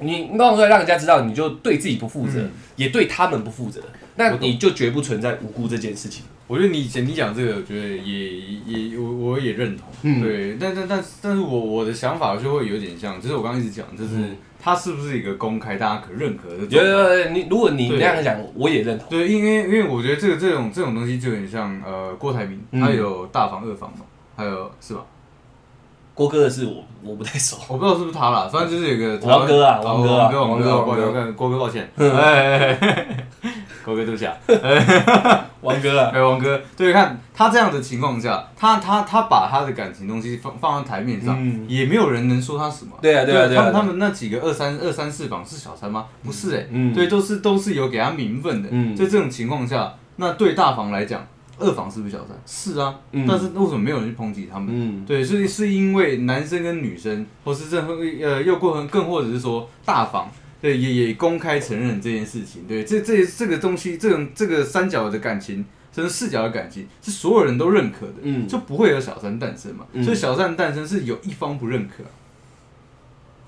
你冒出来让人家知道，你就对自己不负责，嗯也对他们不负责，那你就绝不存在无辜这件事情。我觉得你以前你讲这个，我觉得也也我我也认同，嗯对，但但但是但是我我的想法就会有点像，就是我刚刚一直讲，就是嗯它是不是一个公开大家可认可的状态？有有有，你如果你对那样讲，我也认同。对，因为因为我觉得这个这种这种东西就很像呃郭台铭，嗯他有大房二房嘛，还有是吧？郭哥的事我我不太熟，我不知道是不是他啦，反正就是有个台湾嗯王哥啊哦王哥啊王哥王哥王哥王王哥嗯哥，王哥郭哥抱歉，哎哎哎哎， <laughs> 郭哥对不起啊，王哥啊，哎王哥，对，看他这样的情况下，他他他把他的感情东西放放到台面上嗯，也没有人能说他什么。对啊对啊对他啊，们他们那几个二三二三四房是小三吗？不是哎、嗯对，都是都是有给他名分的。嗯在这种情况下，那对大房来讲，二房是不是小三？是啊，嗯但是为什么没有人去抨击他们？ <laughs> 嗯对，所以是因为男生跟女生，或是任何呃，又过更更或者是说大房，对，也也公开承认这件事情。对，这这这个东西，这种这个三角的感情，甚至四角的感情，是所有人都认可的，嗯就不会有小三诞生嘛。嗯所以小三诞生是有一方不认可啊、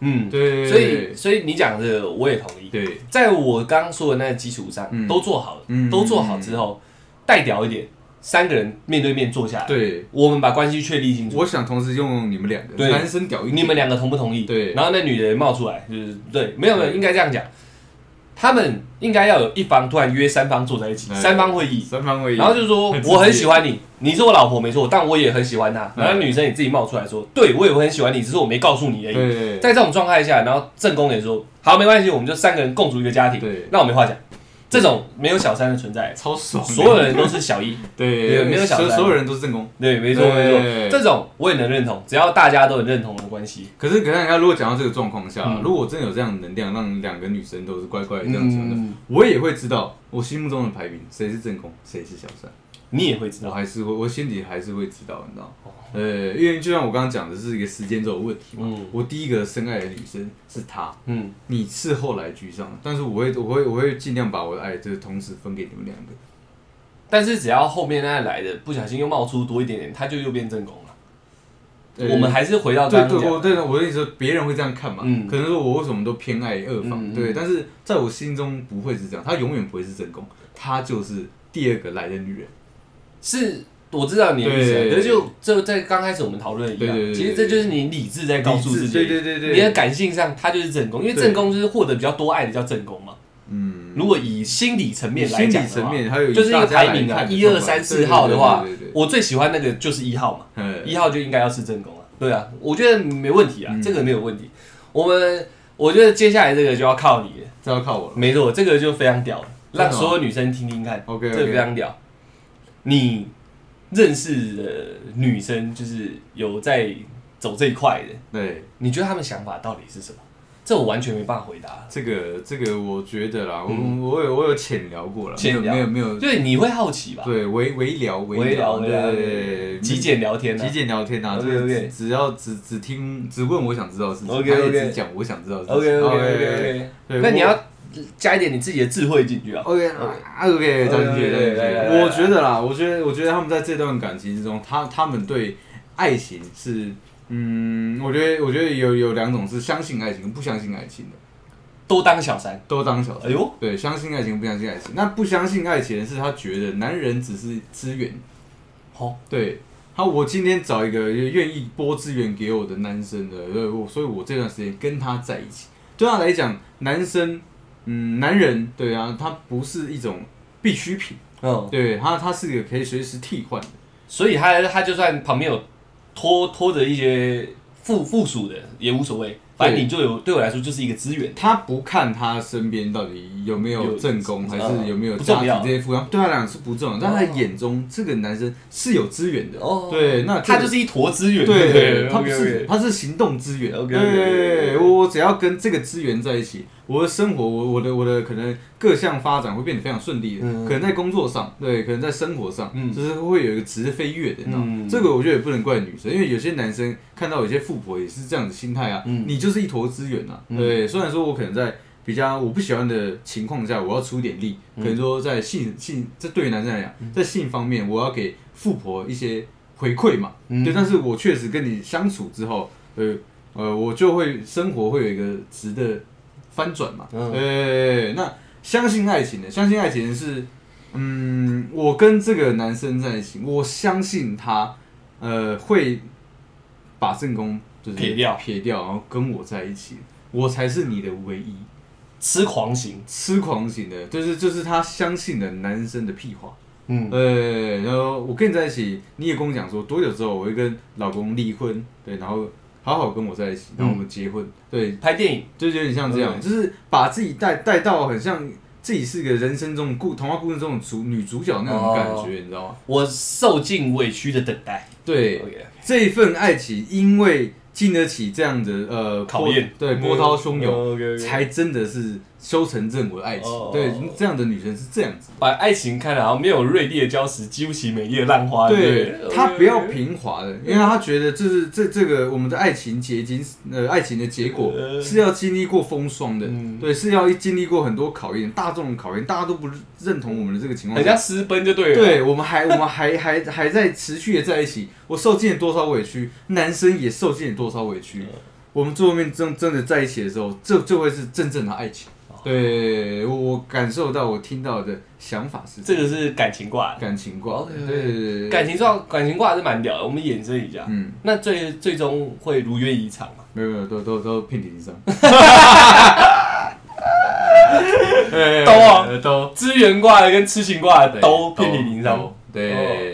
嗯，对，所以所以你讲的我也同意。对，在我刚刚说的那个基础上，嗯都做好了，嗯都做好之后，代表一点，三个人面对面坐下来，，对，我们把关系确立清楚。我想同时用用你们两个，嗯对男生屌一点你们两个同不同意？对然后那女的冒出来，就是对，没有没有，对应该这样讲，他们应该要有一方突然约三方坐在一起，哎三方会议，三方为一，然后就说很直接我很喜欢你，你是我老婆没错，但我也很喜欢她。嗯然后女生也自己冒出来说，对我也很喜欢你，只是我没告诉你而已。对在这种状态下，然后正宫也说好，没关系，我们就三个人共组一个家庭，对，那我没话讲。这种没有小三的存在，超爽的，所有人都是小一，对，没有小所三所有人都是正宫。 <laughs> 对，没错没对错，这种我也能认同，只要大家都很认同的关系，可是，可能人家如果讲到这个状况下，嗯如果我真的有这样的能量，让两个女生都是乖乖的这样子的，嗯，我也会知道我心目中的排名谁是正宫，谁是小三。你也会知我道。还是会，我心里还是会知道，你知道？哦呃，因为就像我刚刚讲的，是一个时间轴的问题嘛。嗯我第一个深爱的女生是她，嗯，你是后来居上的，但是我会，我会，我会尽量把我的爱，就是同时分给你们两个。但是只要后面那来的不小心又冒出多一点点，他就又变正宫了。呃我们还是回到对刚对，刚我讲，对我的意思，别人会这样看嘛？嗯可能说我为什么都偏爱二嗯方，嗯对，但是在我心中不会是这样，她永远不会是正宫，她就是第二个来的女人。是我知道你的意思，对可是就这在刚开始我们讨论一对对样，对其实这就是你理智在告诉自己，对对对对，你的感性上他就是正宫，因为对正宫就是获得比较多爱的叫正宫嘛。嗯，如果以心理层面来心讲理的层话，面还有就是一个大家来排名啊，看的一二状态三四号的话对对对，对我最喜欢那个就是一号嘛，对对一号就应该要是正宫了。对啊，我觉得没问题啊，嗯这个没有问题。我们我觉得接下来这个就要靠你了，这要靠我了。没错，这个就非常屌了，真的让吗所有女生听听看，这 OK 个非 OK，常屌。你认识的女生就是有在走这一块的，对你觉得她们想法到底是什么？这我完全没办法回答。这个这个我觉得啦，我嗯我有我有浅聊过了，没有浅聊没有没有，对，你会好奇吧？对微微聊微聊，聊，微对聊对对，极简聊天啊极。简聊天啊，就 OK，是 OK 只只要只只听只问我想知道的事情，他 OK，也 OK 只讲我想知道的事 OK 情。 OK 对 OK 对 OK，那你我要加一点你自己的智慧进去啊。 OK 啊 OK，张进去，张进去来来来。来我觉得啦，我觉得我觉得他们在这段感情之中，他他们对爱情是，嗯，我觉得我觉得有有两种是相信爱情跟不相信爱情的，都当小三，都当小哎三。呦，对，相信爱情不相信爱情。那不相信爱情的是他觉得男人只是资源，好，对，好，我今天找一个愿意拨资源给我的男生的，对我，所以我这段时间跟他在一起。对啊他来讲，男生，嗯，男人，对啊，他不是一种必需品，嗯，对他，他是一个可以随时替换的。所以他他就算旁边有拖拖着一些附附属的也无所谓，反正你就有对我来说就是一个资源。他不看他身边到底有没有有正宫，还嗯是有没有不家重庭要这些负担，对他来讲是不重要。但他哦的眼中，这个男生是有资源的。哦对，那这他个就是一坨资源，对对，他不是，他是行动资源。 OK，OK，OK，对，我只要跟这个资源在一起，我的生活，我我的我的可能各项发展会变得非常顺利的，嗯可能在工作上，对，可能在生活上，嗯就是会有一个值飞跃的。你知道吗嗯啊这个我觉得也不能怪女生，因为有些男生看到有些富婆也是这样子心态啊，嗯你就是一坨资源啊。嗯对，虽然说我可能在。比较我不喜欢的情况下，我要出点力，嗯可能说在性性，这对于男生来讲，在性方面，我要给富婆一些回馈嘛，嗯对，但是我确实跟你相处之后，呃呃，我就会生活会有一个值的翻转嘛。嗯呃，那相信爱情的，相信爱情的是，嗯，我跟这个男生在一起，我相信他，呃，会把正宫就是撇掉撇掉，然后跟我在一起，我才是你的唯一。痴狂型，痴狂型的，就是就是他相信了男生的屁话。嗯，呃，然后我跟你在一起，你也跟我讲说多久之后我会跟老公离婚，对，然后好好跟我在一起，然后我们结婚，对，拍电影，就有点像这样，嗯就是把自己带带到很像自己是个人生中故童话故事中的主女主角那种感觉，哦你知道吗？我受尽委屈的等待。对， OK，这一份爱情因为经得起这样的呃考波验对波涛汹涌，涌才真的是修成正果的爱情。哦对，这样的女生是这样子。把爱情看得好像没有锐利的礁石激不起美丽的浪花。对不他不要平滑的，因为他觉得这是这这个我们的爱情结晶，呃，爱情的结果呃是要经历过风霜的，嗯对，是要经历过很多考验，大众的考验，大家都不认同我们的这个情况很下像，私奔就哎对了。嗯啊对我们还 <laughs> 我们还还还在持续的在一起，我受尽了多少委屈，男生也受尽了多少委嗯屈，我们最后面真真的在一起的时候，这这会是真正的爱情哦，对我我感受到我听到的想法是这个是感情挂的，感情挂的， OK，OK 对对对对，感情状感情挂还是蛮屌的。我们衍生一下，嗯。那最最终会如愿以偿嘛？没有没有，都都都遍体鳞 <laughs> 伤，都啊都资源挂的跟痴情挂的都遍体鳞。对伤都。对，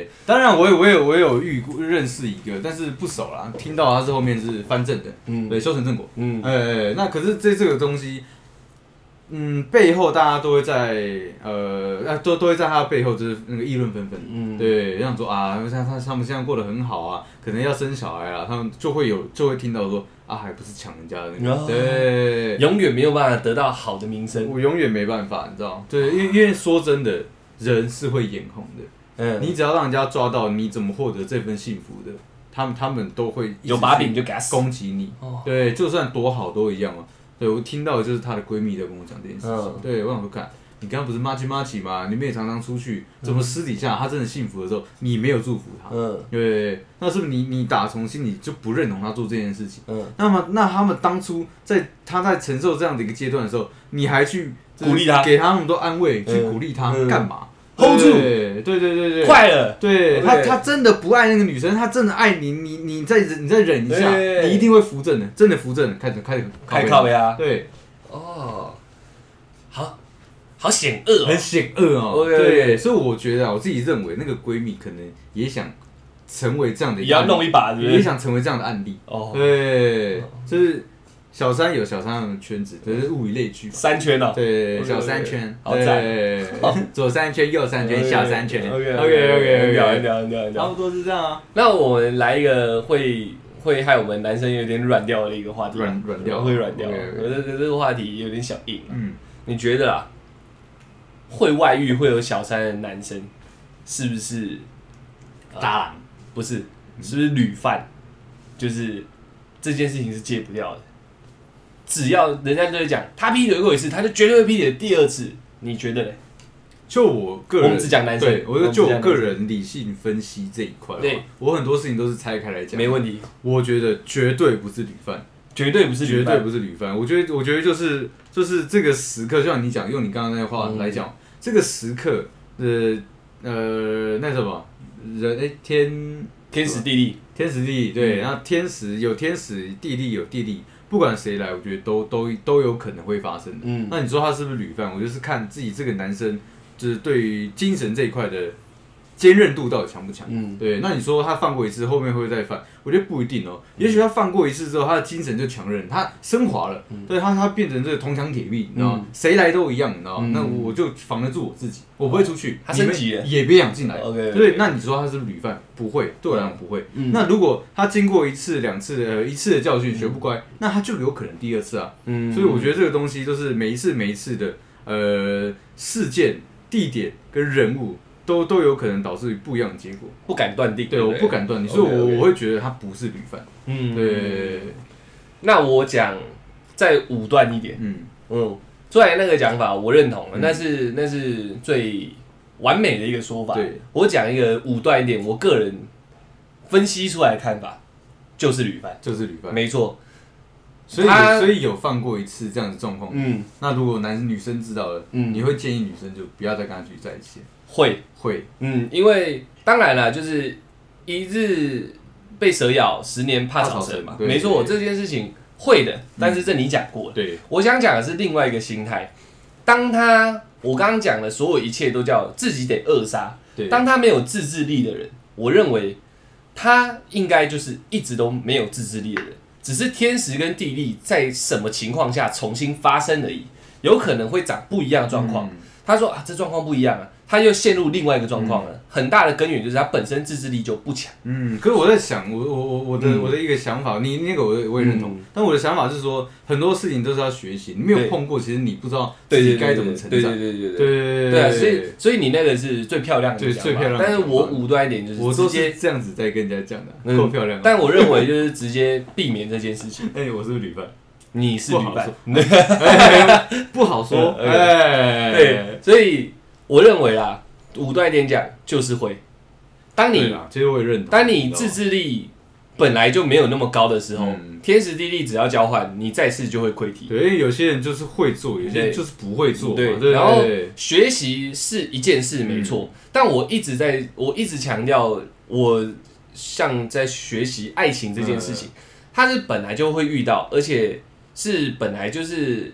哦当然我也我也我也有遇过认识一个，但是不熟啦。听到他是后面是翻正的，嗯对，修成正果。嗯，哎，那可是这这个东西，嗯，背后大家都会在呃，那都都会在他的背后就是那个议论纷纷。嗯对，想说啊，他他他们现在过得很好啊，可能要生小孩啊，他们就会有就会听到说啊，还不是抢人家的那哦个，对，永远没有办法得到好的名声。我永远没办法，你知道吗？对，因为因为说真的，人是会眼红的。嗯，你只要让人家抓到你怎么获得这份幸福的，他们他们都会一直有把柄就给他死。攻击你。哦对，就算多好都一样嘛。对我听到的就是她的闺蜜在跟我讲这件事情。嗯对，我想说，看你刚刚不是骂起骂起嘛，你们也常常出去，怎么私底下她真的幸福的时候，你没有祝福她？嗯对，那是不是你你打从心里就不认同她做这件事情？嗯，那么，那他们当初在她在承受这样的一个阶段的时候，你还去就是鼓励她给她那么多安慰，去嗯鼓励她嗯干嘛 Hold 住对对对对对，快了，对他，对他真的不爱那个女生，他真的爱你，你你再忍，你再忍一下，对你一定会扶正的，真的扶正的，开始开始开靠背呀。对，哦，好好险恶很哦。险恶哦， OK，OK 对，所以我觉得啊，我自己认为那个闺蜜可能也想成为这样的也一个要案例，弄一把，对也不对？想成为这样的案例，哦，对，就是小三有小三的圈子，就是物以类聚嘛，三圈哦。对， OK，OK 小三圈，好赞对，左三圈右三圈小三圈嗯 OK OK 很屌很 OK，屌很屌很差屌不。多是这样啊，那我们来一个会会害我们男生有点软掉的一个话题，软软掉会软掉。 OK，OK 我这这这个话题有点小硬啊。嗯，你觉得啊，会外遇会有小三的男生，是不是呃渣男。不是？是不是屡犯？就是这件事情是戒不掉的。只要人家都会讲他劈腿过一次，他就绝对会劈腿第二次。你觉得嘞？就我个人，我们只讲男生对，我我就们就只讲男我个生人理性分析这一块的话，对我很多事情都是拆开来讲。没问题，我觉得绝对不是屡犯，绝对不是绝屡对犯。不是屡犯。我觉得，我觉得就是就是这个时刻，就像你讲，用你刚刚那话嗯来讲，这个时刻，呃呃，那什么人哎天天时地利，天时地利对，嗯然后天时有天时，地利有地利，不管谁来，我觉得都都都有可能会发生的。嗯那你说他是不是屡犯？我就是看自己这个男生，就是对于精神这一块的坚韧度到底强不强。嗯，对，那你说他犯过一次，后面会不会再犯？我觉得不一定哦。也许他犯过一次之后，他的精神就强韧，他升华了，嗯对他他变成这个铜墙铁壁，你知道吗？谁来都一样，你知道嗯吗？哦那我就防得住我自己，我不会出去，他你们升级了也别想进来。 OK，OK 对，那你说他是不是屡犯？不会，对我来讲不会。嗯那如果他经过一次、两次、呃一次的教训学不乖，那他就有可能第二次啊。嗯所以我觉得这个东西就是每一次每一次的呃事件、地点跟人物都都有可能导致于不一样的结果。不敢断定。对，不我不敢断定，所以 OK，OK 我我会觉得他不是屡犯。嗯，对，那我讲再武断一点，嗯，嗯，虽然那个讲法我认同了，那是那是最完美的一个说法。对，我讲一个武断一点，我个人分析出来的看法就是屡犯，就是屡犯。没错。所以他所以有犯过一次这样的状况，嗯，那如果男女生知道了，嗯你会建议女生就不要再跟他继续在一起？会，会，嗯，因为当然了，就是一日被蛇咬，十年怕草绳嘛怕草绳。对没错，对这件事情会的，但是这你讲过了。对，我想讲的是另外一个心态，当他我刚刚讲的所有一切都叫自己得扼杀，对，当他没有自制力的人，我认为他应该就是一直都没有自制力的人，只是天时跟地利在什么情况下重新发生而已，有可能会长不一样的状况。嗯他说啊，这状况不一样啊，他又陷入另外一个状况了。很大的根源就是他本身自制力就不强。嗯，可是我在想，我我我我的、嗯我的一个想法，你那个我也我也认同，嗯但我的想法是说，很多事情都是要学习，你没有对碰过，其实你不知道自对己对，该怎么成对长对。对对对对。对对啊，所以所以你那个是最漂亮的对讲法最漂亮的但是讲法我武断一点就是我直都接是这样子在跟人家讲的，嗯够漂亮了。但我认为就是直接避免这件事情。哎、我是不是旅伴，你是不旅好哎伴，不好说。嗯哎、对，所以我认为啦，武断一点讲就是会。当对你啦，其实我也认同。当你知自道制吗力本来就没有那么高的时候，嗯天时地利只要交换，你再次就会溃堤。对，因为有些人就是会做，有些人对就是不会做嘛。对，对，然后对嗯学习是一件事没错，但我一直在我一直强调，我像在学习爱情这件事嗯情，它是本来就会遇到，而且是本来就是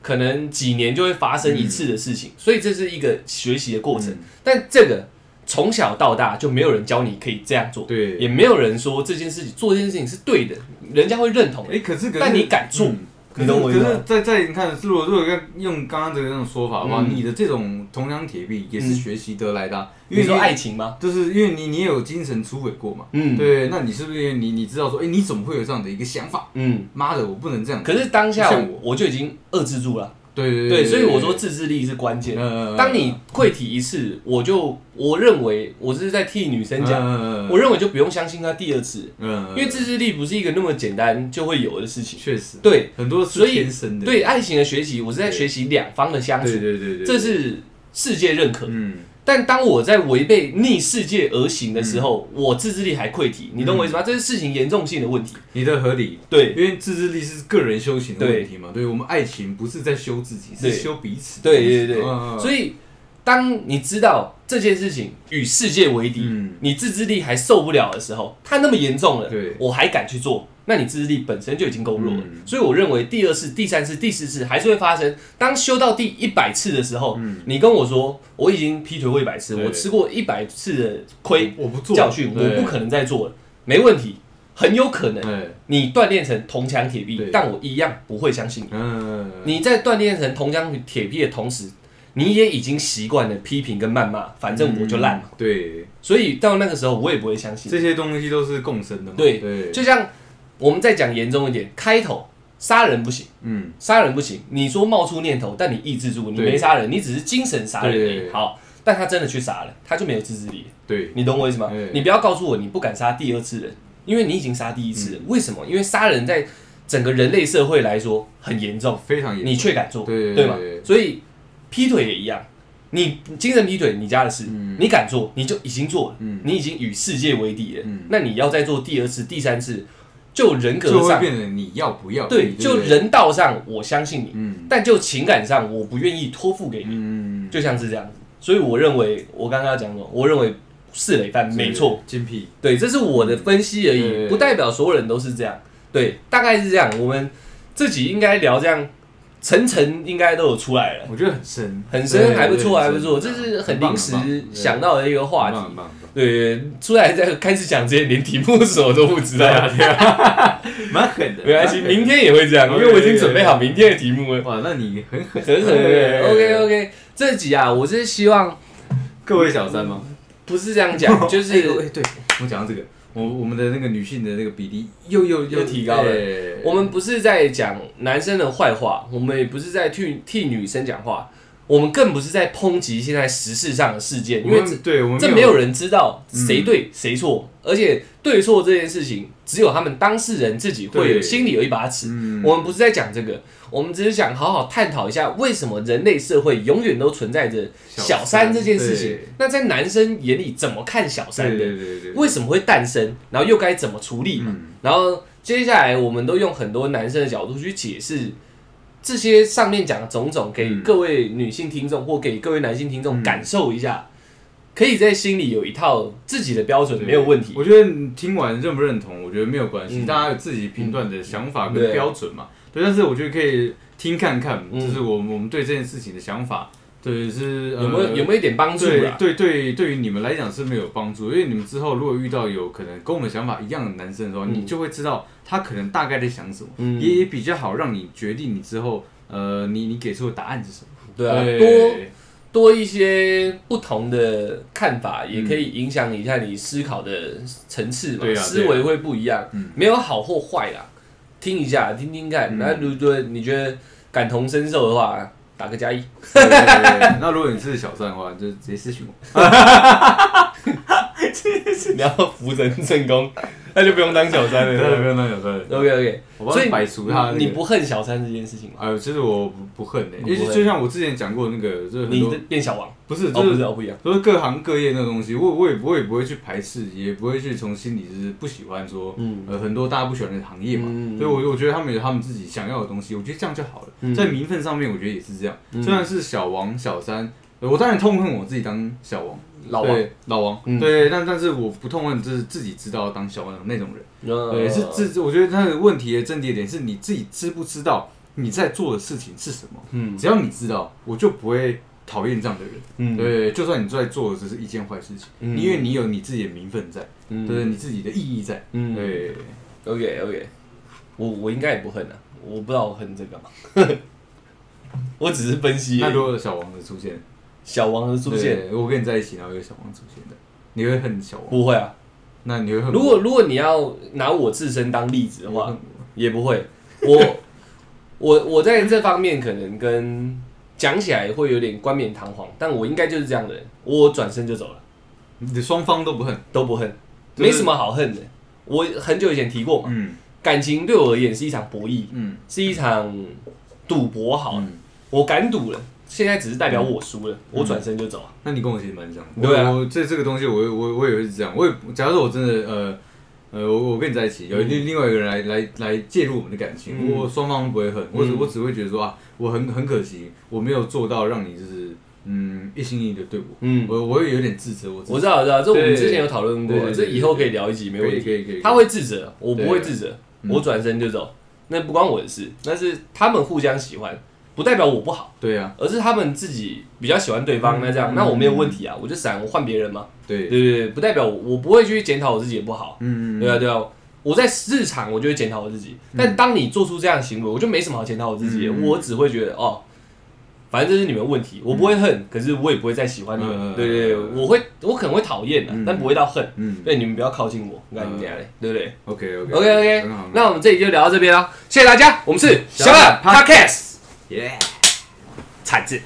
可能几年就会发生一次的事情，所以这是一个学习的过程。嗯但这个从小到大就没有人教你可以这样做，对也没有人说这件事情做这件事情是对的，人家会认同哎、。可是可是，但你敢做嗯可你是懂我可意思吗是在在你看，如果如果要用刚刚这个那种说法的话，嗯你的这种铜墙铁壁也是学习得来的、啊因你为说爱情吗？就是因为你你也有精神出轨过嘛，嗯，，对，那你是不是因为你你知道说，哎、你怎么会有这样的一个想法？嗯。妈的，我不能这样。可是当下像我我就已经遏制住了，对对对，所以我说，自制力是关键。嗯当你溃体一次，我就我认为我是在替女生讲，讲我认为就不用相信她第二次，嗯，因为自制力不是一个那么简单就会有的事情。确实对很多是所以天生的，对，爱情的学习，我是在对学习两方的相对处，对对对，这是世界认可。嗯但当我在违背逆世界而行的时候，嗯我自制力还溃体，你懂我意思吗？这是事情严重性的问题。你的合理，因对为自制力是个人修行的问题嘛，对我们爱情不是在修自己，是对修彼此的东西，嗯对对对，以所以当你知道这件事情与世界为敌，嗯你自制力还受不了的时候，它那么严重了，对我还敢去做，那你自制力本身就已经够弱了。嗯所以我认为第二次、第三次、第四次还是会发生。当修到第一百次的时候，你跟我说我已经劈腿过一百次，嗯对我吃过一百次的亏我不做教训，我不可能再做了，没问题，很有可能能，你锻炼成铜墙铁壁对，但我一样不会相信你。嗯，你在锻炼成铜墙铁壁的同时，你也已经习惯了批评跟谩骂，反正我就烂嘛。嗯，对，所以到那个时候，我也不会相信。这些东西都是共生的嘛，对对，就像我们再讲严重一点，开头杀人不行，嗯杀人不行。你说冒出念头，但你抑制住，你对没杀人，你只是精神杀人而对已。好，但他真的去杀了，他就没有自制力了。对，你懂我意思吗对？你不要告诉我你不敢杀第二次人，因为你已经杀第一次了。嗯为什么？因为杀人在整个人类社会来说很严重。非常严重你却敢做，对吗对？所以劈腿也一样，你精神劈腿你家的事，嗯你敢做你就已经做了，嗯你已经与世界为敌了。嗯那你要再做第二次、第三次，就人就格会上，变成你要不要，对，你就不，人道上我相信你，嗯但就情感上我不愿意托付给你，嗯，就像是这样子。所以我认为，我刚刚要讲什么？我认为是累犯没错，，精辟，对，这是我的分析而对已，不代表所有人都是这样。对，大概是这样。我们自己应该聊这样，层层应该都有出来了，我觉得很深，很对深，还不错，还不错。对这很深是很棒临时棒对想到的一个话题很棒。很棒很棒对，出来在开始讲之前，连题目是什么都不知道。啊蛮狠的， <laughs> 没关系，蛮狠的明天也会这样，因为我已经准备好明天的题目了。哇，那你很 <laughs> 狠，很很对 OK OK，这集啊，我是希望各位小三吗？不是这样 <laughs> 讲， <laughs> 就哎、哎是对我讲到这个，我我们的那个女性的那个比例又又又提高了哎我们不是在讲男生的坏话，我们也不是在替替女生讲话，我们更不是在抨击现在时事上的事件，我因为们这对我们嗯这没有人知道谁对谁错，而且对错这件事情，只有他们当事人自己会对有心里有一把尺。嗯我们不是在讲这个，我们只是想好好探讨一下，为什么人类社会永远都存在着小小三三这件事情对？那在男生眼里怎么看小三对呢？对对对，为什么会诞生，然后又该怎么处理嘛。嗯然后接下来我们都用很多男生的角度去解释这些上面讲的种种，给嗯各位女性听众或给各位男性听众嗯感受一下，可以在心里有一套自己的标准，对没有问题。我觉得你听完认不认同，我觉得没有关系，嗯大家有自己评断的想法嗯跟对标准嘛。对，但是我觉得可以听看看，嗯就是我们我们对这件事情的想法，对是有没有有有？没有一点帮助对啊？对对，对于你们来讲是没有帮助，因为你们之后如果遇到有可能跟我们想法一样的男生的时候，嗯你就会知道他可能大概在想什么，嗯也也比较好让你决定你之后，呃，你你给出的答案是什么。对啊，多多一些不同的看法，也可以影响一下你思考的层次嘛嗯对，啊思维会不一样嗯，没有好或坏啦，听一下，听听看。嗯那如果你觉得感同身受的话，打个 <laughs> 加一。对对对对那如果你是小三的话，就直接私信我。你要扶人正宫，那就不用当小三 <laughs> 对，不了。用当小三了， OK OK，我帮你摆除他那个啊你不恨小三这件事情吗？哎呦，其实我不不恨呢、你不因恨为就像我之前讲过那个，就是很你多的变小王？不是哦，就不是，是。哦，不一样。都是各行各业那个东西，我我也我也不会去排斥，也不会去从心里就是不喜欢说，嗯呃，很多大家不喜欢的行业嘛，嗯所以我我觉得他们有他们自己想要的东西，我觉得这样就好了。嗯在名分上面，我觉得也是这样。嗯虽然是小王、小三，呃我当然痛恨我自己当小王，老王，对老王，嗯对，但但是我不痛恨，就是自己知道当小王的那种人。对，对是自，我觉得他的问题的症结点是你自己知不知道你在做的事情是什么。嗯只要你知道，我就不会讨厌这样的人。嗯对，就算你在做的只是一件坏事情，嗯因为你有你自己的名分在，嗯对，你自己的意义在。嗯对， OK OK，我我应该也不恨啊，我不知道我恨这个嘛， <laughs> 我只是分析那如果有小王子出现，小王的出现，对，我跟你在一起，然后有小王出现的，你会恨小王？不会啊。那你会恨我？如果如果你要拿我自身当例子的你会话恨，我也不会。我 <laughs> 我我在这方面可能跟讲起来会有点冠冕堂皇，但我应该就是这样的人，我转身就走了，你双方都不恨，都不恨，就是没什么好恨的。我很久以前提过嘛，嗯感情对我而言是一场博弈，嗯，是一场赌博好了嗯我敢赌了，现在只是代表我输了，我转身就走啊。那你跟我其实蛮像，对啊我我这这个东西我，我我也会是这样，我也假如说我真的呃呃，我我跟你在一起，有另另外一个人来来来介入我们的感情，嗯我双方不会恨，我只嗯我只会觉得说啊，我很很可惜，我没有做到让你就是嗯一心一意的对我，嗯，我我会有点自责我自我己，知道，我知道，这我们对之前有讨论过，对对这对以后可以聊一集，没可问以可题。以可以，他会自责，我不会对自责，嗯我转身就走，那不关我的事，那是他们互相喜欢，不代表我不好，对啊，而是他们自己比较喜欢对方，嗯那这样，嗯那我没有问题啊，我就闪，我换别人嘛。对对，对对，不代表我我不会去检讨我自己的不好，嗯对啊，对啊，我在日常我就会检讨我自己，但当你做出这样的行为，我就没什么好检讨我自己的，嗯我只会觉得哦，反正这是你们的问题，我不会恨，可是我也不会再喜欢你们，嗯对对对，我会我可能会讨厌的嗯，但不会到恨，嗯对，你们不要靠近我，我看你俩嘞，对不对，OK OK ？OK OK，很好，那我们这哦里就聊到这边啦，谢谢大家，我们是小小懒懒 Podcast 耶。铲子。